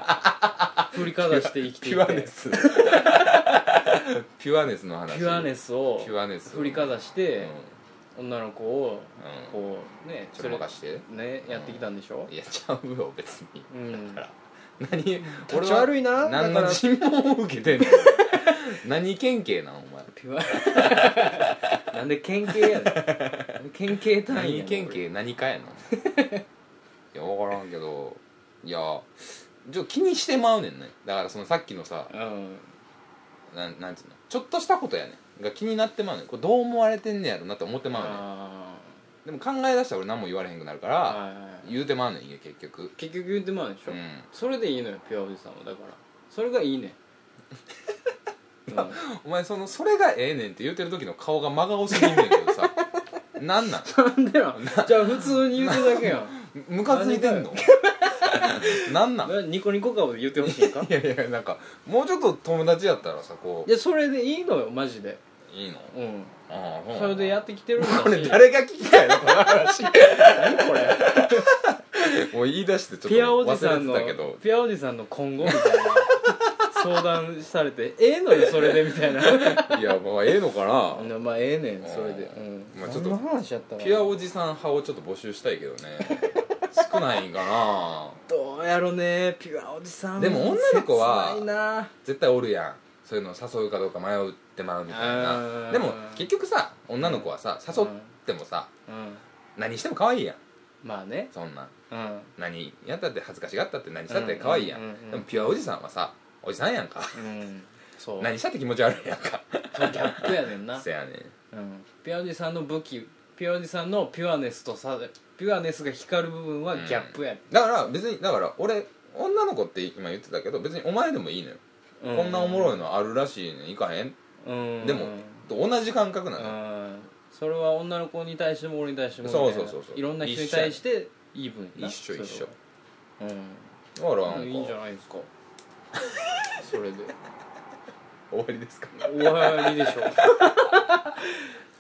Speaker 1: 振りかざして生きてい
Speaker 2: ピ
Speaker 1: て
Speaker 2: ュアネス (laughs) ピュアネスの話
Speaker 1: ピュアネスを
Speaker 2: ピュアネス
Speaker 1: 振りかざし
Speaker 2: うん
Speaker 1: て、女の子を
Speaker 2: うん
Speaker 1: こうね
Speaker 2: ちょっと任して
Speaker 1: それねやってきたんでしょ
Speaker 2: いやちゃうよ別に
Speaker 1: うん
Speaker 2: だから何
Speaker 1: 立ち悪いな
Speaker 2: 何
Speaker 1: だか
Speaker 2: の
Speaker 1: ら
Speaker 2: 尋問を受けて (laughs) んの何県警なんお前
Speaker 1: ピュア (laughs) なんで県警やねん県警単位やねん
Speaker 2: 何県警何かやな (laughs) いや分からんけどいやちょっと気にしてまうねんねだからそのさっきのさ
Speaker 1: 俺うん
Speaker 2: なんなんていうのちょっとしたことやねんが気になってまうねんこれどう思われてんねやろなって思ってまうねん
Speaker 1: あ
Speaker 2: でも考え出したら俺何も言われへんくなるから、
Speaker 1: はいはいはい
Speaker 2: 言うてまんねんよ結局
Speaker 1: 結局言ってまうでし
Speaker 2: う
Speaker 1: ょ、
Speaker 2: ん
Speaker 1: それでいいのよピュアおじさんはだからそれがいい
Speaker 2: (laughs)
Speaker 1: ねんうん
Speaker 2: お前そのそれがええねんって言うてる時の顔が真顔すぎんねんけどさ (laughs) なんなん
Speaker 1: なんでなんじゃあ普通に言うてるだけやん
Speaker 2: ムカついてんのなんなんい (laughs)
Speaker 1: なニコニコ顔で言ってほしいんかい
Speaker 2: やいやなんかもうちょっと友達やったらさこ
Speaker 1: やそれでいいのよマジで
Speaker 2: ういいの
Speaker 1: うん
Speaker 2: ああそうなんだ
Speaker 1: それでやってきてるんだし
Speaker 2: これ誰が聞きたいのこの話
Speaker 1: 何これ
Speaker 2: (laughs) もう言い出してちょっ
Speaker 1: (laughs)
Speaker 2: と
Speaker 1: ピアおじさん
Speaker 2: 忘
Speaker 1: の
Speaker 2: れてたけど
Speaker 1: ピアおじさんの今後みたいな相談されてええのよそれでみた
Speaker 2: (laughs)
Speaker 1: いな
Speaker 2: いやまあええのかな
Speaker 1: まあええねんそれで
Speaker 2: う
Speaker 1: うんん
Speaker 2: まあちょっと
Speaker 1: 何の話やったかな
Speaker 2: ピアおじさん派をちょっと募集したいけどね少ないんかな
Speaker 1: どうやろねピュアおじさん
Speaker 2: でも女の子は
Speaker 1: 切ないな
Speaker 2: 絶対おるやんそういうの誘うかどうか迷うってまうみたい
Speaker 1: あ
Speaker 2: な
Speaker 1: ー
Speaker 2: でも結局さ女の子はさ誘ってもさ
Speaker 1: うん
Speaker 2: 何しても可愛いやん
Speaker 1: まあね
Speaker 2: そんなん
Speaker 1: うん
Speaker 2: 何やったって恥ずかしがったって何したって可愛いや
Speaker 1: うんうんうんうん
Speaker 2: んでもピュアおじさんはさおじさんやんか
Speaker 1: うんそう
Speaker 2: 何したって気持ち悪いやんか
Speaker 1: そのギャップやねんな
Speaker 2: (laughs) せやね
Speaker 1: う
Speaker 2: ん
Speaker 1: んピュアおじさんの武器ピュアおじさんのピュアネスとさピュアネスが光る部分はギャップやね
Speaker 2: だから別にだから俺女の子って今言ってたけど別にお前でもいいのよ、
Speaker 1: う
Speaker 2: こんなおもろいのあるらしいね行かへん、
Speaker 1: うん
Speaker 2: でもと同じ感覚な
Speaker 1: う
Speaker 2: のよ、
Speaker 1: んそれは女の子に対しても俺に対してもみたいな
Speaker 2: そうそうそうそう
Speaker 1: いろんな人に対してイーブンな
Speaker 2: 一緒一緒
Speaker 1: それは
Speaker 2: だからなん
Speaker 1: う
Speaker 2: か
Speaker 1: んいいんじゃないですかそれで
Speaker 2: 終わりですか
Speaker 1: 終わりでし
Speaker 2: (laughs)
Speaker 1: ょ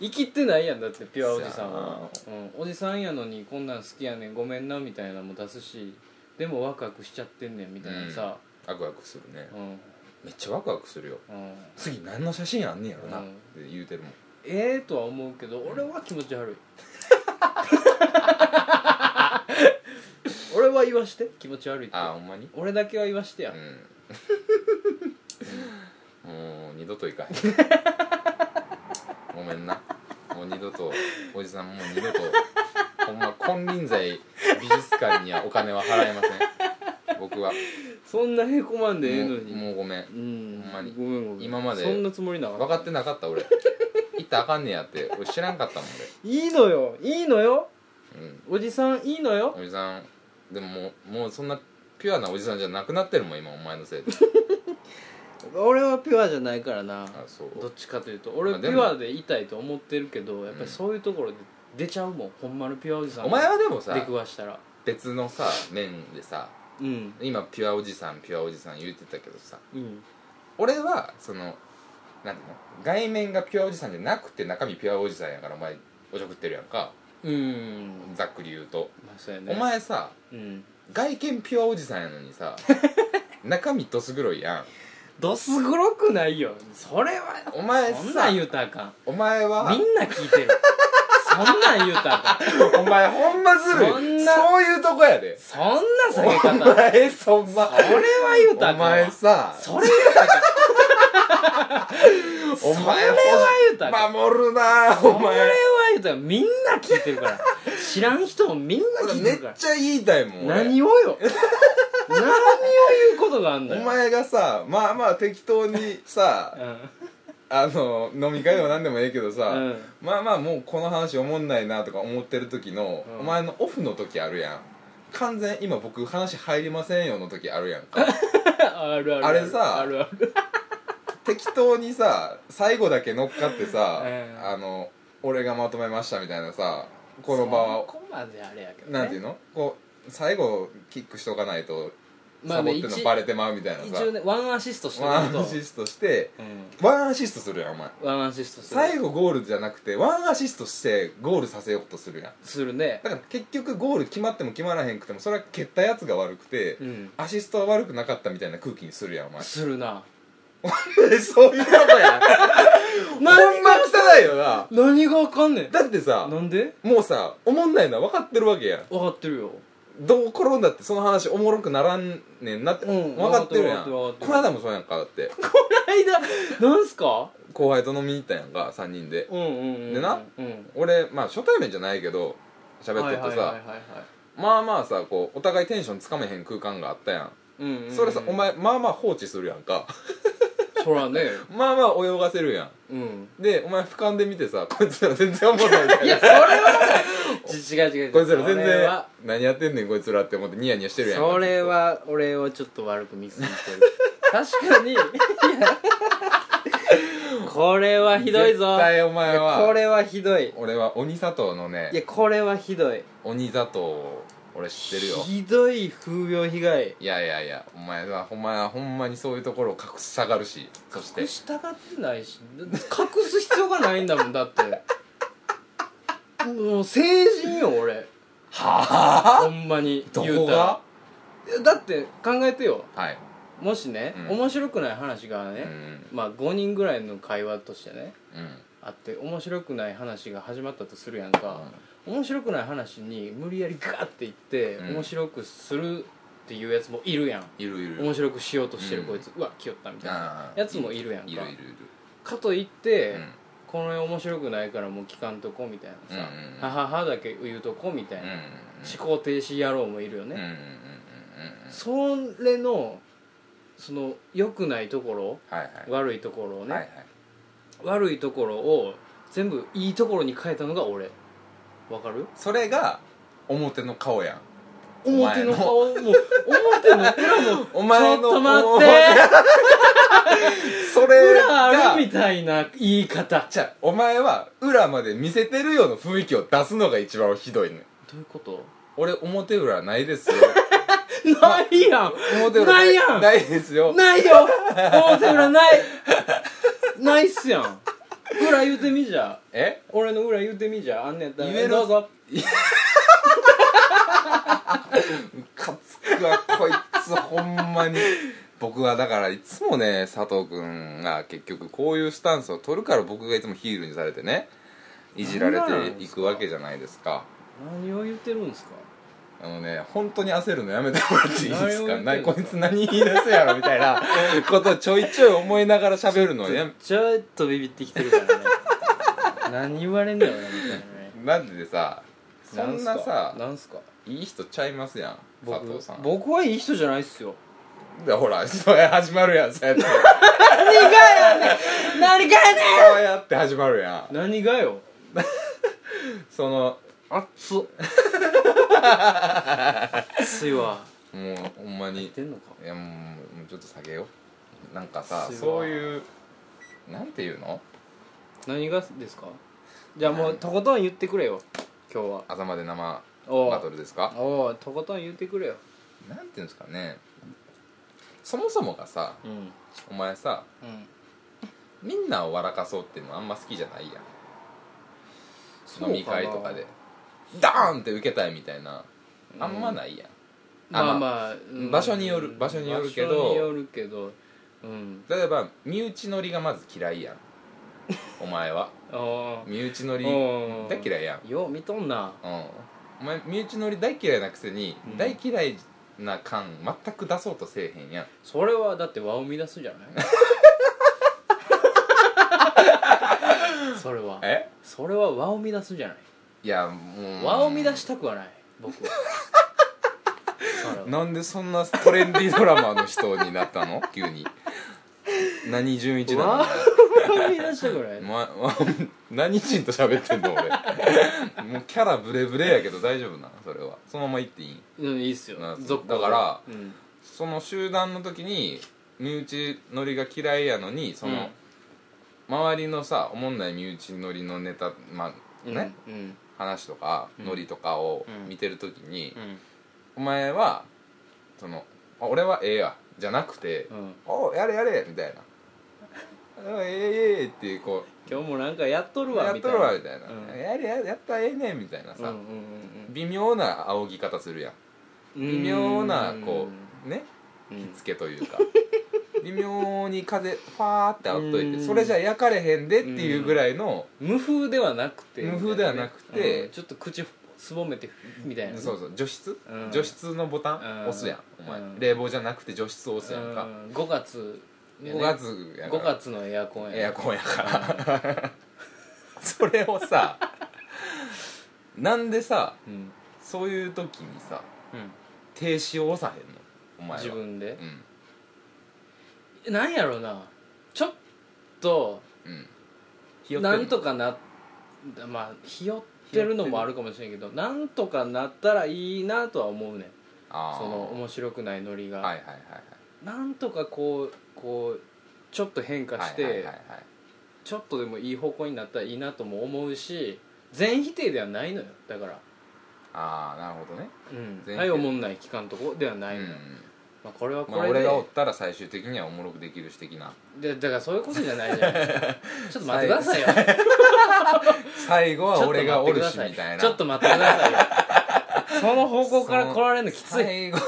Speaker 1: 生きてないやんだってピュアおじさんは、うん、おじさんやのにこんなん好きやねんごめんなみたいなのも出すしでもワクワクしちゃってんねんみたいなさ
Speaker 2: ワクワクするね
Speaker 1: うん、
Speaker 2: めっちゃワクワクするよ
Speaker 1: うん
Speaker 2: 次何の写真あんねやろな、
Speaker 1: うん
Speaker 2: って言うてるもん
Speaker 1: ええとは思うけど俺は気持ち
Speaker 2: (laughs)
Speaker 1: 悪い俺は言わして気持ち悪いって
Speaker 2: ああほんまに
Speaker 1: 俺だけは言わしてや、
Speaker 2: うんもう二度と行かへんごめんなもう二度とおじさんもう二度とほんま金輪際美術館にはお金は払えません僕は
Speaker 1: そんなへこまんでええのに
Speaker 2: もうもうごめ
Speaker 1: う
Speaker 2: ん
Speaker 1: ん
Speaker 2: ほんまに
Speaker 1: ごめんごめん
Speaker 2: 今まで
Speaker 1: そんなつもりなか
Speaker 2: 分
Speaker 1: った
Speaker 2: かってなかった俺行ったらあかんねやって俺知らんかったもん
Speaker 1: いいのよいいのよ
Speaker 2: 俺、うん、
Speaker 1: おじさんいいのよ
Speaker 2: おじさんでももうもうそんなピュアなおじさんじゃなくなってるもん今お前のせいで
Speaker 1: 俺はピュアじゃないからな
Speaker 2: あそ
Speaker 1: どっ
Speaker 2: う
Speaker 1: ちかというと俺
Speaker 2: まあ
Speaker 1: ピ
Speaker 2: でも
Speaker 1: ュアでいたいと思ってるけどやっぱ
Speaker 2: うん
Speaker 1: りそういうところで出ちゃうもんほんまのピュアおじさん
Speaker 2: お前はでもさ
Speaker 1: 出くわしたら
Speaker 2: 別のさ面でさ
Speaker 1: うん
Speaker 2: 今ピュアおじさんピュアおじさん言うてたけどさ
Speaker 1: うん
Speaker 2: 俺はそのなんていうの外面がピュアおじさんじゃなくて中身ピュアおじさんやからお前おちょくってるやんか
Speaker 1: うん
Speaker 2: ざっくり言うと、
Speaker 1: まあそうやね
Speaker 2: お前さ
Speaker 1: うん
Speaker 2: 外見ピュアおじさんやのに
Speaker 1: (laughs)
Speaker 2: さ中身どす黒いや
Speaker 1: どす黒くないよそれは
Speaker 2: んお前
Speaker 1: そんな
Speaker 2: さ
Speaker 1: ん言うたらあかん
Speaker 2: お前は
Speaker 1: みんな聞いてるそんなん言うたらあかん
Speaker 2: お前ほんまずるい
Speaker 1: そ
Speaker 2: そ
Speaker 1: んな
Speaker 2: ういうとこやで
Speaker 1: そんな
Speaker 2: お
Speaker 1: 下げ方
Speaker 2: 前そんな
Speaker 1: それは言うたらあか
Speaker 2: お
Speaker 1: んわ
Speaker 2: 前さ
Speaker 1: それ言うたらあかんそれ
Speaker 2: お前
Speaker 1: は言うたらあかん
Speaker 2: 守るな
Speaker 1: そ
Speaker 2: お
Speaker 1: れは
Speaker 2: 前
Speaker 1: 言うたらみんな聞いてるから知らん人もみんな聞い
Speaker 2: め
Speaker 1: て
Speaker 2: っ
Speaker 1: るから
Speaker 2: ちゃ言いたいもん俺
Speaker 1: 何を
Speaker 2: (laughs)
Speaker 1: よ何を言うことがあんだ
Speaker 2: お
Speaker 1: よ
Speaker 2: 前がさまあまあ適当にさあの飲み会でも何でもええけどさ、
Speaker 1: うん
Speaker 2: まあまあもうこの話おもんないなとか思ってる時の、
Speaker 1: うん
Speaker 2: お前のオフの時あるやん完全今僕話入りませんよの時あるやんか (laughs)
Speaker 1: あるある
Speaker 2: あれさ
Speaker 1: あるある
Speaker 2: 適当にさ最後だけ乗っかってさ、
Speaker 1: うん
Speaker 2: あの俺がまとめましたみたいなさこの場は
Speaker 1: そこまであれやけどね
Speaker 2: なんていうのこう最後キックしとかないと
Speaker 1: ま
Speaker 2: サ
Speaker 1: あ
Speaker 2: ボ
Speaker 1: ね
Speaker 2: ってんの
Speaker 1: 一
Speaker 2: バレてまうみたいなさ
Speaker 1: 一応ねワンアシストして
Speaker 2: ワ
Speaker 1: る
Speaker 2: ン
Speaker 1: と
Speaker 2: アシストして
Speaker 1: うん
Speaker 2: ワンアシストするやんお前
Speaker 1: ワンアシストする
Speaker 2: 最後ゴールじゃなくてワンアシストしてゴールさせようとするやん
Speaker 1: するね
Speaker 2: だから結局ゴール決まっても決まらへんくてもそれは蹴ったやつが悪くて、
Speaker 1: うん
Speaker 2: アシストは悪くなかったみたいな空気にするやんお
Speaker 1: (laughs)
Speaker 2: 前
Speaker 1: するな
Speaker 2: そういうことやほ
Speaker 1: 何
Speaker 2: んま
Speaker 1: が
Speaker 2: 汚いよな
Speaker 1: 何がわかんねん
Speaker 2: だってさ
Speaker 1: なんで
Speaker 2: もうさおもんないのは分かってるわけやん
Speaker 1: 分かってるよ
Speaker 2: どう転んだってその話おもろくならんねんなって、
Speaker 1: うん
Speaker 2: 分かってるや
Speaker 1: 分かっ
Speaker 2: ん
Speaker 1: てる分かってる
Speaker 2: この間もそうやんかだって
Speaker 1: こないだなんすか
Speaker 2: 後輩と飲みに行ったやんか3人で、
Speaker 1: うんうんうんうん
Speaker 2: でな
Speaker 1: うん
Speaker 2: 俺まあ初対面じゃないけど喋っと
Speaker 1: はいはいは
Speaker 2: ってさ、
Speaker 1: いはいはい
Speaker 2: まあまあさこうお互いテンションつかめへん空間があったやん
Speaker 1: うんうんうん
Speaker 2: それさお前まあまあ放置するやんか
Speaker 1: そらね
Speaker 2: まあまあ泳がせるや
Speaker 1: うん
Speaker 2: (laughs) んでお前俯瞰で見てさこいつら全然おもろないみたい
Speaker 1: いや
Speaker 2: な
Speaker 1: それは (laughs) ち違う違う違う
Speaker 2: こいつら
Speaker 1: そ
Speaker 2: 全
Speaker 1: れ
Speaker 2: 然
Speaker 1: は
Speaker 2: 何やってんねんこいつらって思ってニヤニヤしてるやん
Speaker 1: それは俺をちょっと悪く見すぎてる確か (laughs) にいやこれはひどいぞ
Speaker 2: 絶対お前はい
Speaker 1: やこれはひどい
Speaker 2: 俺は鬼砂糖のね
Speaker 1: いやこれはひどい
Speaker 2: 鬼砂糖を俺知ってるよ
Speaker 1: ひどい風評被害
Speaker 2: いやいやいやお前はほんまほんまにそういうところを隠したがるしそして
Speaker 1: 隠したがってないしだって隠す必要がないんだもんだってもう成人よ俺
Speaker 2: はあ
Speaker 1: ほんまに
Speaker 2: ど
Speaker 1: 言
Speaker 2: こ
Speaker 1: うたら
Speaker 2: が
Speaker 1: いやだって考えてよ
Speaker 2: はい
Speaker 1: もしね、
Speaker 2: うん
Speaker 1: 面白くない話が
Speaker 2: う
Speaker 1: ね、
Speaker 2: ん
Speaker 1: まあ5人ぐらいの会話としてね
Speaker 2: うん
Speaker 1: あって面白くない話が始まったとするやんか、面白くない話に無理やりガーって言って、
Speaker 2: うん
Speaker 1: 面白くするっていうやつもいるやん
Speaker 2: いるいる
Speaker 1: 面白くしようとしてる
Speaker 2: うん
Speaker 1: こいつ、うわ来よったみたいな
Speaker 2: ああ
Speaker 1: やつもいるやんか
Speaker 2: いるいるい
Speaker 1: かといって、
Speaker 2: るうん
Speaker 1: この面白くないからもう聞かんとこみたいなさ
Speaker 2: うんうん
Speaker 1: 「
Speaker 2: うん
Speaker 1: ははは」だけ言うとこみたい
Speaker 2: うん
Speaker 1: な、思考停止野郎もいるよ
Speaker 2: うんうんうんうん
Speaker 1: ね、
Speaker 2: うんうん
Speaker 1: それのその良くないところ
Speaker 2: はいはい
Speaker 1: 悪いところをね、
Speaker 2: はいはい
Speaker 1: 悪いところを全部いいところに変えたのが俺わかる
Speaker 2: それが表の顔やんお
Speaker 1: 表
Speaker 2: 前の
Speaker 1: の顔 (laughs) も表の裏も
Speaker 2: お
Speaker 1: ちょ
Speaker 2: 前
Speaker 1: っ
Speaker 2: の
Speaker 1: と待っ
Speaker 2: て (laughs) そ
Speaker 1: て
Speaker 2: れ
Speaker 1: 裏あ
Speaker 2: が
Speaker 1: るみたいな言い方
Speaker 2: じゃあお前は裏まで見せてるような雰囲気を出すのが一番ひどいね
Speaker 1: どういうこと
Speaker 2: 俺表裏な
Speaker 1: (laughs)
Speaker 2: いですよ
Speaker 1: ないやん
Speaker 2: 表裏
Speaker 1: ないやん
Speaker 2: ないですよ
Speaker 1: ないよ表裏ないないっすやん裏言うてみじゃ
Speaker 2: え
Speaker 1: 俺の裏言うてみじゃあんねやったら
Speaker 2: 言える
Speaker 1: どうぞ
Speaker 2: かつくわこいつほんまに僕はだからいつもね佐藤君が結局こういうスタンスを取るから僕がいつもヒールにされてねいじられていくわけじゃないですか
Speaker 1: 何を言ってるんですか
Speaker 2: あのね本当に焦るのやめてもらっていいですか
Speaker 1: (laughs) 何を言ってんの
Speaker 2: なこいつ何言い出すやろみた
Speaker 1: (laughs)
Speaker 2: いなことをちょいちょい思いながら喋るのをやめ
Speaker 1: ちょっとビビってきてるからね何言われんだよ俺みたいなね
Speaker 2: マジでさそんなさ
Speaker 1: なんすか
Speaker 2: いい人ちゃいますやん佐
Speaker 1: 僕
Speaker 2: 藤さん
Speaker 1: 僕はいい人じゃないっすよ
Speaker 2: でほらそれ始まるやんそうやって (laughs)
Speaker 1: 何がやね
Speaker 2: そうやって始まるやん
Speaker 1: 何がよ
Speaker 2: その
Speaker 1: 熱っ熱いわ
Speaker 2: もうほんま
Speaker 1: 言っ
Speaker 2: に
Speaker 1: てんのか
Speaker 2: いやもうもうちょっと下げようなんかさ
Speaker 1: すごい
Speaker 2: そういうなんていうの
Speaker 1: 何がですかじゃあもう
Speaker 2: 何
Speaker 1: とことん言ってくれよ今日は
Speaker 2: 朝まで生
Speaker 1: おう
Speaker 2: バトルですか
Speaker 1: おうとことん言ってくれよ
Speaker 2: なんていうんですかねそもそもがさ
Speaker 1: うんうん
Speaker 2: お前さみんなを笑かそうっていうのあんま好きじゃないやん飲み会とかでダーンって受けたいみたいなあんまないやん、
Speaker 1: まあ
Speaker 2: あ
Speaker 1: まあ、うん
Speaker 2: 場所による場所によるけど
Speaker 1: 場所によるけどうん
Speaker 2: 例えば身内乗りがまず嫌いやんお前は
Speaker 1: あ
Speaker 2: 身内乗り
Speaker 1: うん
Speaker 2: 大嫌いやん
Speaker 1: あよう見とんな
Speaker 2: うん、お前身内乗り大嫌いなくせに、
Speaker 1: うん
Speaker 2: 大嫌いな感全く出そうとせえへんやん
Speaker 1: それはだって和を乱すじゃないそれは
Speaker 2: え
Speaker 1: それは和を乱すじゃない
Speaker 2: いやもう
Speaker 1: 和を乱したくはない僕はそれは
Speaker 2: なんでそんなトレンディードラマの人になった
Speaker 1: (laughs)
Speaker 2: の急に何純一なの
Speaker 1: わ和を乱したくない
Speaker 2: ま、ま何人と喋ってんの俺 (laughs) もうキャラブレブレやけど大丈夫なのそれはそのまま言っていい
Speaker 1: うんいいっすよ
Speaker 2: な
Speaker 1: 続行
Speaker 2: だから
Speaker 1: うん
Speaker 2: その集団の時に身内乗りが嫌いやのにその、周りのさおもんない身内乗りのネタまあ
Speaker 1: うん
Speaker 2: ね、
Speaker 1: うん
Speaker 2: 話とか
Speaker 1: うん
Speaker 2: ノリとかを
Speaker 1: うん
Speaker 2: 見てる時に
Speaker 1: う、ん
Speaker 2: お前はそのあ俺はええやじゃなくて
Speaker 1: う、ん
Speaker 2: おうやれやれみたいなあええええってこ
Speaker 1: 今日もなんかやっと
Speaker 2: う
Speaker 1: るわ
Speaker 2: やっ
Speaker 1: み
Speaker 2: と
Speaker 1: たい
Speaker 2: る
Speaker 1: な
Speaker 2: わみたいな、
Speaker 1: うん
Speaker 2: やれややったらええねんみたいな
Speaker 1: うんう
Speaker 2: さ、
Speaker 1: んうん
Speaker 2: 微妙な仰ぎ方するやん
Speaker 1: うん
Speaker 2: 微妙なこうね
Speaker 1: うんうん
Speaker 2: つけというか微妙に風ファーってあっとい
Speaker 1: うん
Speaker 2: てそれじゃ焼かれへんでっていうぐらいの
Speaker 1: 無風ではなくて
Speaker 2: 無風ではなくて
Speaker 1: うんちょっと口すぼめてみたいなね
Speaker 2: そうそう除湿
Speaker 1: うん
Speaker 2: 除湿のボタン
Speaker 1: うん
Speaker 2: 押すやんお
Speaker 1: うん
Speaker 2: 前冷房じゃなくて除湿を押すやんか
Speaker 1: うん5月や
Speaker 2: 5
Speaker 1: ね
Speaker 2: 月やか
Speaker 1: 5
Speaker 2: ら
Speaker 1: 月のエアコンやね
Speaker 2: エアコンやから (laughs) それをさなんでさ
Speaker 1: うん
Speaker 2: そういう時にさ
Speaker 1: うん
Speaker 2: 停止を押さへんのお前は
Speaker 1: 自分で
Speaker 2: うん
Speaker 1: なんやろなちょっと
Speaker 2: うんひよって
Speaker 1: なんと
Speaker 2: か
Speaker 1: かなまあひよってるのもあるかもしれんけどなんとかなったらいいなとは思うねん
Speaker 2: あー
Speaker 1: その面白くないノリが、
Speaker 2: はいはいはいはい
Speaker 1: なんとかこうこうちょっと変化して、
Speaker 2: はいはいはいはい
Speaker 1: ちょっとでもいい方向になったらいいなとも思うし全否定ではないのよだから、
Speaker 2: ああなるほどね
Speaker 1: うん、
Speaker 2: 全否定
Speaker 1: はいおもんない期間とこではないのよ、
Speaker 2: う
Speaker 1: まあ、これは
Speaker 2: ん
Speaker 1: こ
Speaker 2: まあ
Speaker 1: れで、
Speaker 2: 俺がおったら最終的にはおもろくできるし的な
Speaker 1: でだからそういうことじゃないじゃない
Speaker 2: (laughs)
Speaker 1: ですかちょっと待ってくださいよ
Speaker 2: 最後は俺がおるし
Speaker 1: ちょっと待ってくだ
Speaker 2: み
Speaker 1: さ
Speaker 2: たいな
Speaker 1: ちょっと待ってくださいよその方向から来られるのきつい
Speaker 2: 最後の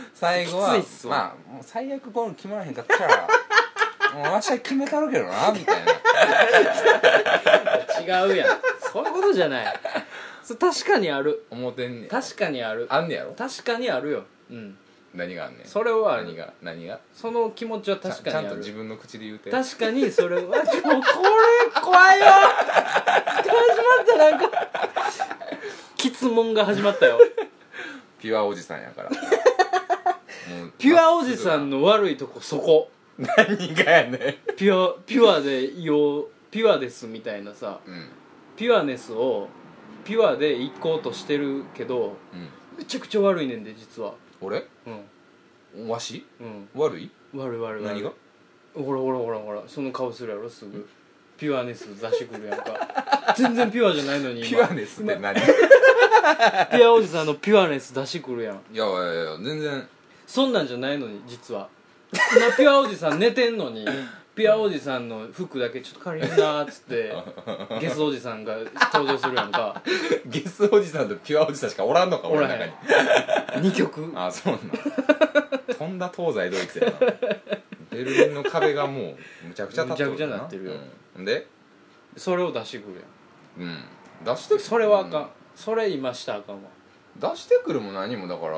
Speaker 2: (laughs) 最後は
Speaker 1: きついっすわ
Speaker 2: まあもう最悪ゴール決まらへんかった (laughs) らもうわしは決めたろうけどなみたいな
Speaker 1: 違うやんそういうことじゃないそれ確かにある
Speaker 2: 思ってんねん
Speaker 1: 確かにある
Speaker 2: あんねやろ
Speaker 1: 確かにあるようん
Speaker 2: 何があんねん
Speaker 1: それはあ
Speaker 2: 何
Speaker 1: る
Speaker 2: が何が
Speaker 1: その気持ちは確
Speaker 2: ちゃち
Speaker 1: か
Speaker 2: ゃ
Speaker 1: に
Speaker 2: ん
Speaker 1: あ
Speaker 2: と
Speaker 1: る
Speaker 2: 自分の口で言うて
Speaker 1: 確かにそれはもうこれ怖いよ始まったな
Speaker 2: (laughs)
Speaker 1: んか質問が始まったよ
Speaker 2: ピュアおじさんや (laughs) からもう
Speaker 1: ピュアおじさんの悪いとこそこ
Speaker 2: 何がやねん
Speaker 1: ピュアピュアでよピュアですみたいなさ
Speaker 2: うん
Speaker 1: ピュアネスをピュアで行こうとしてるけど
Speaker 2: うん
Speaker 1: めちゃくちゃ悪いねんで実は
Speaker 2: 俺
Speaker 1: うん
Speaker 2: わし
Speaker 1: うん
Speaker 2: 悪い
Speaker 1: 悪い悪い悪い
Speaker 2: 何が
Speaker 1: ほらほらほらほらその顔するやろすぐピュアネス出してくるやんか全然ピュアじゃないのに
Speaker 2: ピ
Speaker 1: 今
Speaker 2: ュアネスって何い
Speaker 1: ピュアおじさんのピュアネス出してくるやん
Speaker 2: やいやいや全然
Speaker 1: そんなんじゃないのに実はなピュアおじさん寝てんのにピュアおじさんの服だけちょっと借りるなーっつ
Speaker 2: (laughs)
Speaker 1: ってゲスおじさんが登場するやんか
Speaker 2: ゲスおじさんとピュアおじさんしかおらんのか
Speaker 1: お
Speaker 2: 俺の
Speaker 1: ら
Speaker 2: 中
Speaker 1: へ
Speaker 2: に
Speaker 1: ん2曲
Speaker 2: あそうなん飛んだ東西ドイツやなベルリンの壁がもうむちゃくちゃ立っとる
Speaker 1: むちゃくちゃなってるよ、
Speaker 2: うん、で
Speaker 1: それを出してくるや
Speaker 2: うん出して
Speaker 1: んそれはあかん、
Speaker 2: うん
Speaker 1: それ今したらあかんわ、
Speaker 2: 出してくるも何もだから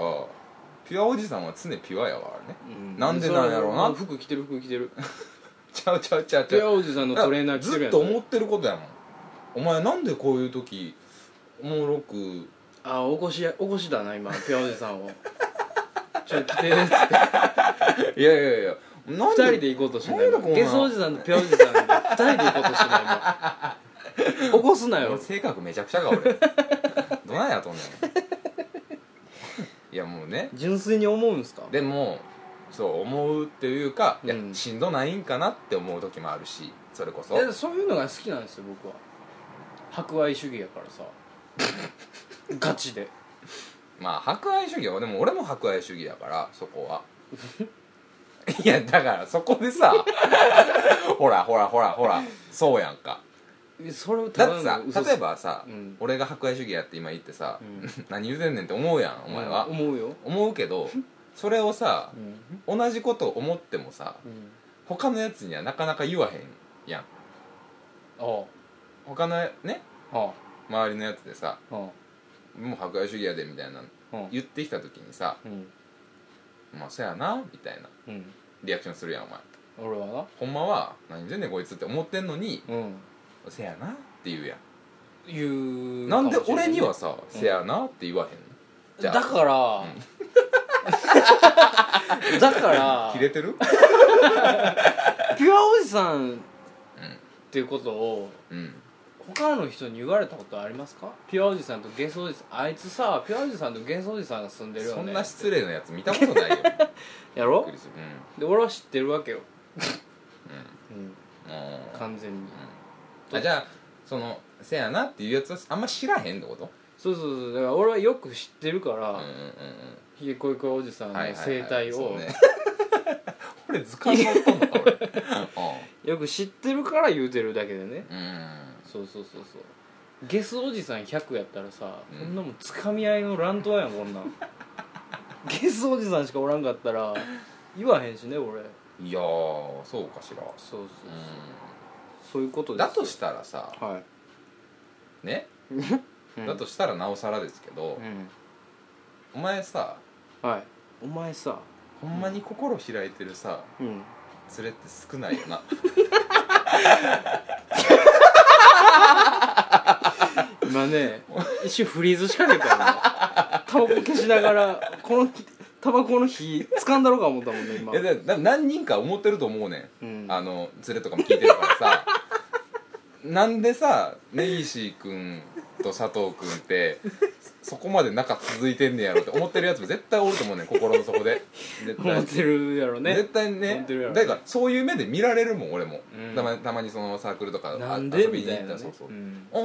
Speaker 2: ピュアおじさんは常ピュアやわあれね
Speaker 1: うん
Speaker 2: なんでなんやろうな
Speaker 1: それ服着てる服着て
Speaker 2: (laughs)
Speaker 1: る
Speaker 2: ちゃうちゃうちゃう
Speaker 1: ピ
Speaker 2: ちゃ
Speaker 1: ュア
Speaker 2: う
Speaker 1: おじさんのトレーナー着てる
Speaker 2: ず
Speaker 1: やん
Speaker 2: っと思ってることやもんお前なんでこういう時おもろく
Speaker 1: あ起こしや起こしだな今ピュアおじさんをちょっと来てねっつって
Speaker 2: いやいやいやな
Speaker 1: 二
Speaker 2: んで
Speaker 1: 人で行こうとしてない
Speaker 2: なんでこんな
Speaker 1: ゲスおじさんとピョおじさんで二人で行こうとしてない
Speaker 2: (laughs)
Speaker 1: 今起こすなよ
Speaker 2: 俺性格めちゃくちゃか俺どないやとんねんいやもうね
Speaker 1: 純粋に思うんすか
Speaker 2: でもそう思うっていうか、いや
Speaker 1: うん
Speaker 2: しんどないんかなって思う時もあるしそれこそ
Speaker 1: でそういうのが好きなんですよ僕は博愛主義や
Speaker 2: (laughs)
Speaker 1: からさガチで
Speaker 2: まあ博愛主義はでも俺も博愛主義だからそこ
Speaker 1: (laughs)
Speaker 2: はいやだからそこでさ (laughs) ほらほらほらほらそうやんか
Speaker 1: それをた
Speaker 2: だ
Speaker 1: だの
Speaker 2: っ
Speaker 1: 嘘っ
Speaker 2: てさ
Speaker 1: す
Speaker 2: 例えばさ、
Speaker 1: うん
Speaker 2: 俺が博愛主義やって今言ってさ、
Speaker 1: うん
Speaker 2: (laughs) 何言うてんねんって思うやんお前は、
Speaker 1: うん思うよ
Speaker 2: 思うけどそれをさ
Speaker 1: う、ん
Speaker 2: 同じこと思ってもさ
Speaker 1: うん
Speaker 2: 他のやつにはなかなか言わへんやん
Speaker 1: あ
Speaker 2: 他のね
Speaker 1: ああ
Speaker 2: 周りのやつでさ
Speaker 1: ああ
Speaker 2: もう博愛主義やでみたいな
Speaker 1: ああ
Speaker 2: 言ってきた時にさ
Speaker 1: うん
Speaker 2: まあそやなみたいな
Speaker 1: うん
Speaker 2: リアクションするやんお前
Speaker 1: 俺は
Speaker 2: ほんまは何言うてんねんこいつって思ってんのに
Speaker 1: なうん
Speaker 2: せやなって言うやん
Speaker 1: 言う
Speaker 2: なんで
Speaker 1: かもしれ
Speaker 2: 俺にはさ
Speaker 1: うん
Speaker 2: せやなって言わへんのじゃあ
Speaker 1: だから、だから
Speaker 2: 切れてる
Speaker 1: ピュアおじさんっていうことを
Speaker 2: うん
Speaker 1: 他の人に言われたことありますかピュアおじさんとゲスおじさんあいつさピュアおじさんとゲスおじさんが住んでるよね
Speaker 2: そんな失礼なやつ見たこと
Speaker 1: (laughs)
Speaker 2: ないよびっ
Speaker 1: やろ
Speaker 2: くりする
Speaker 1: で俺は知ってるわけよ、
Speaker 2: うんも
Speaker 1: うん、
Speaker 2: う
Speaker 1: 完全に
Speaker 2: あじゃあそのせやなっていうやつはあんま知らへんってこと
Speaker 1: そうそうそうだから俺はよく知ってるか
Speaker 2: うんうん
Speaker 1: ら
Speaker 2: うんうん
Speaker 1: ひげこいこいおじさんの生態
Speaker 2: はい
Speaker 1: を
Speaker 2: (laughs) はいはいそうね俺図鑑持っとんの
Speaker 1: (laughs)
Speaker 2: か俺
Speaker 1: よく知ってるから言うてるだけでね
Speaker 2: うん
Speaker 1: そうそうそうそうゲスおじさん100やったらさ、
Speaker 2: うん
Speaker 1: こんなもんつかみ合いの乱闘やんこんなん (laughs) ゲスおじさんしかおらんかったら言わへんしね俺
Speaker 2: うんいやーそうかしら
Speaker 1: そうそうそう、
Speaker 2: う
Speaker 1: そういうこと
Speaker 2: ん
Speaker 1: ですよ
Speaker 2: だとしたらさ
Speaker 1: はい、
Speaker 2: ねだと
Speaker 1: し
Speaker 2: したらなおさらですけどお前さ
Speaker 1: はいお前さ
Speaker 2: ほんまに心開いてるさ
Speaker 1: うん
Speaker 2: 連れって少ないよな
Speaker 1: 今ね一瞬フリーズしかけたよね (laughs) タバコ消しながらこのタバコの火掴んだろうか思ったもんね今
Speaker 2: (laughs) いやだだ何人か思ってると思うね
Speaker 1: うん
Speaker 2: んあの
Speaker 1: (laughs)
Speaker 2: 連れとかも聞いてるからさなんでさ根岸君と佐藤君ってそこまで仲続いてんねやろって思ってるやつも絶対おると思うねん心の底で絶
Speaker 1: 思
Speaker 2: 対
Speaker 1: ってるやろね
Speaker 2: 絶対ね
Speaker 1: 思ってるやろね
Speaker 2: だからそういう目で見られるもん俺も、
Speaker 1: うん
Speaker 2: たまたまにそのサークルとか
Speaker 1: なん
Speaker 2: あ
Speaker 1: で
Speaker 2: 遊び
Speaker 1: み
Speaker 2: に
Speaker 1: たい
Speaker 2: 行った
Speaker 1: な、
Speaker 2: ら
Speaker 1: ね、
Speaker 2: そうそう
Speaker 1: う、ん
Speaker 2: ああ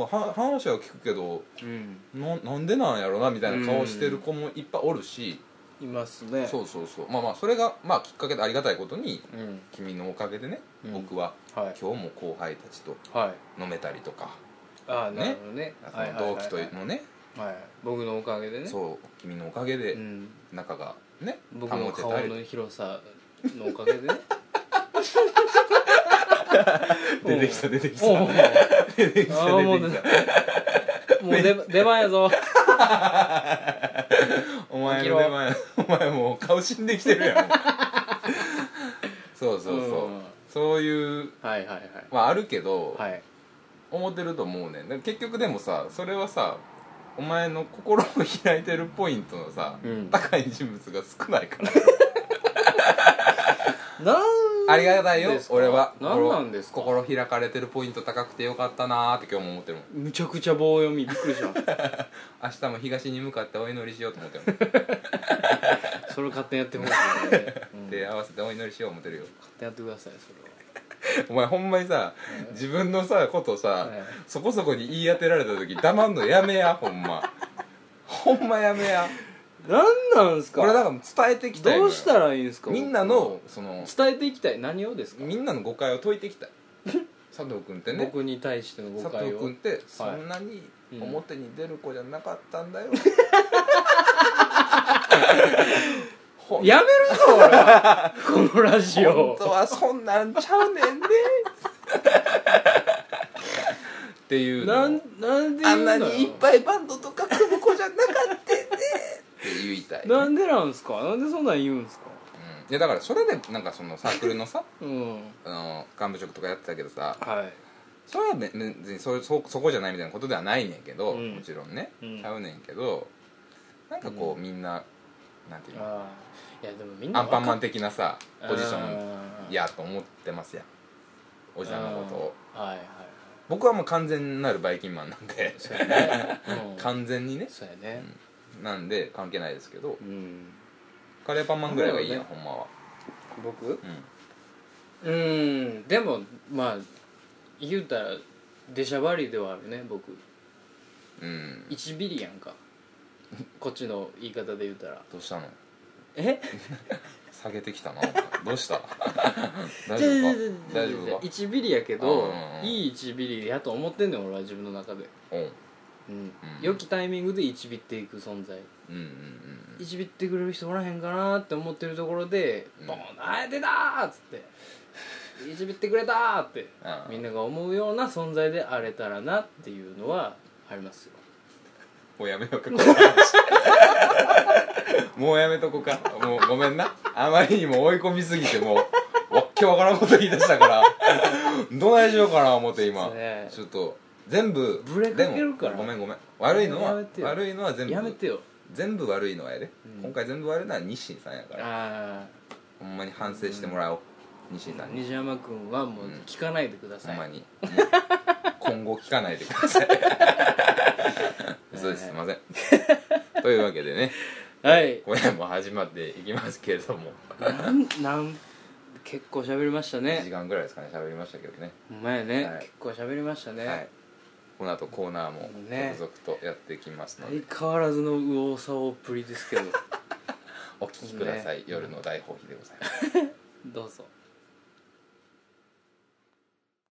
Speaker 2: なんかは話は聞くけど
Speaker 1: うん
Speaker 2: ななんでなんやろなみたいな顔してる子もいっぱいおるし、
Speaker 1: いますね
Speaker 2: そうそうそうまあまあそれがまあきっかけでありがたいことに
Speaker 1: う、ん、
Speaker 2: 君のおかげでね、
Speaker 1: うん
Speaker 2: 僕は
Speaker 1: はい
Speaker 2: 今日も後輩たちと
Speaker 1: はい
Speaker 2: 飲めたりとか、
Speaker 1: ああなるほどね
Speaker 2: その同期と
Speaker 1: は
Speaker 2: の
Speaker 1: いはい
Speaker 2: ね、
Speaker 1: はいはい、はい、僕のおかげでね
Speaker 2: そう君のおかげで
Speaker 1: うん、
Speaker 2: 仲がね、
Speaker 1: 僕
Speaker 2: 保
Speaker 1: の
Speaker 2: て
Speaker 1: 顔
Speaker 2: たり
Speaker 1: の広さのおかげでね
Speaker 2: (laughs) 出てきた出てきた
Speaker 1: おう
Speaker 2: (laughs) 出てき
Speaker 1: あ
Speaker 2: た
Speaker 1: ーも
Speaker 2: 出
Speaker 1: う
Speaker 2: てきた
Speaker 1: もう出出番やぞ
Speaker 2: お前
Speaker 1: 起き
Speaker 2: の
Speaker 1: ろ
Speaker 2: 出前お前もう顔死んできてるやん (laughs) そうそうそう、
Speaker 1: うん
Speaker 2: そういう
Speaker 1: はいはいはい
Speaker 2: まああるけど、
Speaker 1: はい
Speaker 2: 思ってると思うねんでも結局でもさそれはさお前の心を開いてるポイントのさ、
Speaker 1: うん
Speaker 2: 高い人物が少ないから
Speaker 1: なん
Speaker 2: ありがたいよ
Speaker 1: ですか
Speaker 2: 俺は
Speaker 1: なんなんですか
Speaker 2: 心心開かれてるポイント高くてよかったなーって今日も思ってるもん
Speaker 1: むちゃくちゃ棒読みびっくりした
Speaker 2: 明日も東に向かってお祈りしようと思ってるもん
Speaker 1: それ勝手にやってほしいね、うん、
Speaker 2: 手
Speaker 1: 勝
Speaker 2: 合わせてお祈りしよう思ってるよ
Speaker 1: 手にやってくださいそ
Speaker 2: お前ほんまにさ自分のさことさ、
Speaker 1: はい
Speaker 2: そこそこに言い当てられた時黙んのやめやほんまほんまやめや
Speaker 1: れはなんなんすか
Speaker 2: 俺だから伝えてきたいのよ
Speaker 1: どうしたらいいんですか
Speaker 2: みんなのその
Speaker 1: 僕伝えていきたい何をですか
Speaker 2: みんなの誤解を解いていきたい佐藤君ってね
Speaker 1: 僕に対しての誤
Speaker 2: 佐
Speaker 1: 解
Speaker 2: 藤
Speaker 1: を
Speaker 2: 君ってそんなに
Speaker 1: うん
Speaker 2: 表に出る子じゃなかったん
Speaker 1: (laughs)
Speaker 2: だよ、ほん
Speaker 1: やめるぞ俺は
Speaker 2: (laughs)
Speaker 1: このラジ
Speaker 2: 本
Speaker 1: オ
Speaker 2: 当はそんなんちゃうね
Speaker 1: (laughs)
Speaker 2: んねっていうのを
Speaker 1: なんなんで
Speaker 2: あ
Speaker 1: 言
Speaker 2: ん
Speaker 1: う
Speaker 2: な
Speaker 1: の
Speaker 2: にいっ
Speaker 1: よ
Speaker 2: ぱいバンドとか組む子じゃなかったねって言いたい、
Speaker 1: なんでなんすかなんでそんなん言うんすか
Speaker 2: うんいやだからそれでなんかそのサークルのさ
Speaker 1: うん
Speaker 2: あの幹部職とかやってたけどさ
Speaker 1: はい
Speaker 2: それは別にそれそそこじゃないみたいなことではないねんけど、
Speaker 1: うん
Speaker 2: もちろんね、
Speaker 1: うん
Speaker 2: ちゃうねんけどなんかこう、
Speaker 1: う
Speaker 2: みんななんていうの
Speaker 1: ああいやでもみんな
Speaker 2: アンパンマン
Speaker 1: ン
Speaker 2: 的なさポジションやと思ってますやんおじさんのことを
Speaker 1: はいはいはい
Speaker 2: 僕はもう完全なるバイキンマンなんで
Speaker 1: そうやねうん
Speaker 2: 完全にね
Speaker 1: そうやね
Speaker 2: なんで関係ないですけど
Speaker 1: うん
Speaker 2: カレーパンマンぐらいがいいやん、
Speaker 1: な
Speaker 2: ほんまは、
Speaker 1: 僕
Speaker 2: うん
Speaker 1: うんでもまあ言うたら出しゃばりではあるね僕
Speaker 2: うん
Speaker 1: 1ビリやん
Speaker 2: (laughs)
Speaker 1: かこっちの言い方で言うたら
Speaker 2: どうしたの
Speaker 1: え
Speaker 2: 下げてき
Speaker 1: (laughs)
Speaker 2: たなお前どうした大
Speaker 1: じゃ
Speaker 2: 丈
Speaker 1: じゃ
Speaker 2: 夫
Speaker 1: じゃじ
Speaker 2: か
Speaker 1: ゃ
Speaker 2: 大丈夫か
Speaker 1: 1ビリやけ
Speaker 2: うん
Speaker 1: ど
Speaker 2: うんうん
Speaker 1: いい1ビリやと思ってんねん俺は自分の中で、
Speaker 2: うんう
Speaker 1: う
Speaker 2: ん
Speaker 1: ん、良きタイミングで1ビっていく存在
Speaker 2: うん
Speaker 1: 1ビってくれる人おらへんかなって思ってるところで
Speaker 2: うん
Speaker 1: ボーン「あ出た!」っつって「1ビってくれた!」って
Speaker 2: うん
Speaker 1: みんなが思うような存在であれたらなっていうのはありますよ
Speaker 2: もうやめようかこの (laughs) 話もうやめとこかもうごめんなあまりにも追い込みすぎてもうわっけわからんこと言い出したからどないしようかな思って今
Speaker 1: そうです
Speaker 2: ちょっと全部
Speaker 1: ブレかけるから
Speaker 2: でもごめんごめん悪いのは
Speaker 1: やめてよ
Speaker 2: 悪いのは全部
Speaker 1: やめてよ
Speaker 2: 全部悪いのはやで、
Speaker 1: うん
Speaker 2: 今回全部悪いのは日清さんやから
Speaker 1: あ
Speaker 2: ほんまに反省してもらおう、西井さ
Speaker 1: あ
Speaker 2: んに
Speaker 1: 西山君はもう聞かないでくだ
Speaker 2: ほ
Speaker 1: さ
Speaker 2: ん
Speaker 1: い、
Speaker 2: まにもう今後聞かないでくださ
Speaker 1: (laughs)
Speaker 2: い嘘ですすいませんというわけでね
Speaker 1: はい
Speaker 2: これも始まっていきますけれども
Speaker 1: なんなん結構喋りました
Speaker 2: 1時
Speaker 1: ね
Speaker 2: 間ぐらいですかね喋りましたけどね、
Speaker 1: ほんまやね、
Speaker 2: はい
Speaker 1: 結構喋りましたね、
Speaker 2: はいこの後コーナーも
Speaker 1: ね
Speaker 2: 続々とやっていきますので、
Speaker 1: 相変わらずの右往左往っ
Speaker 2: (laughs)
Speaker 1: ぷりですけど
Speaker 2: お聞きください、夜の大放棄でございます
Speaker 1: どうぞ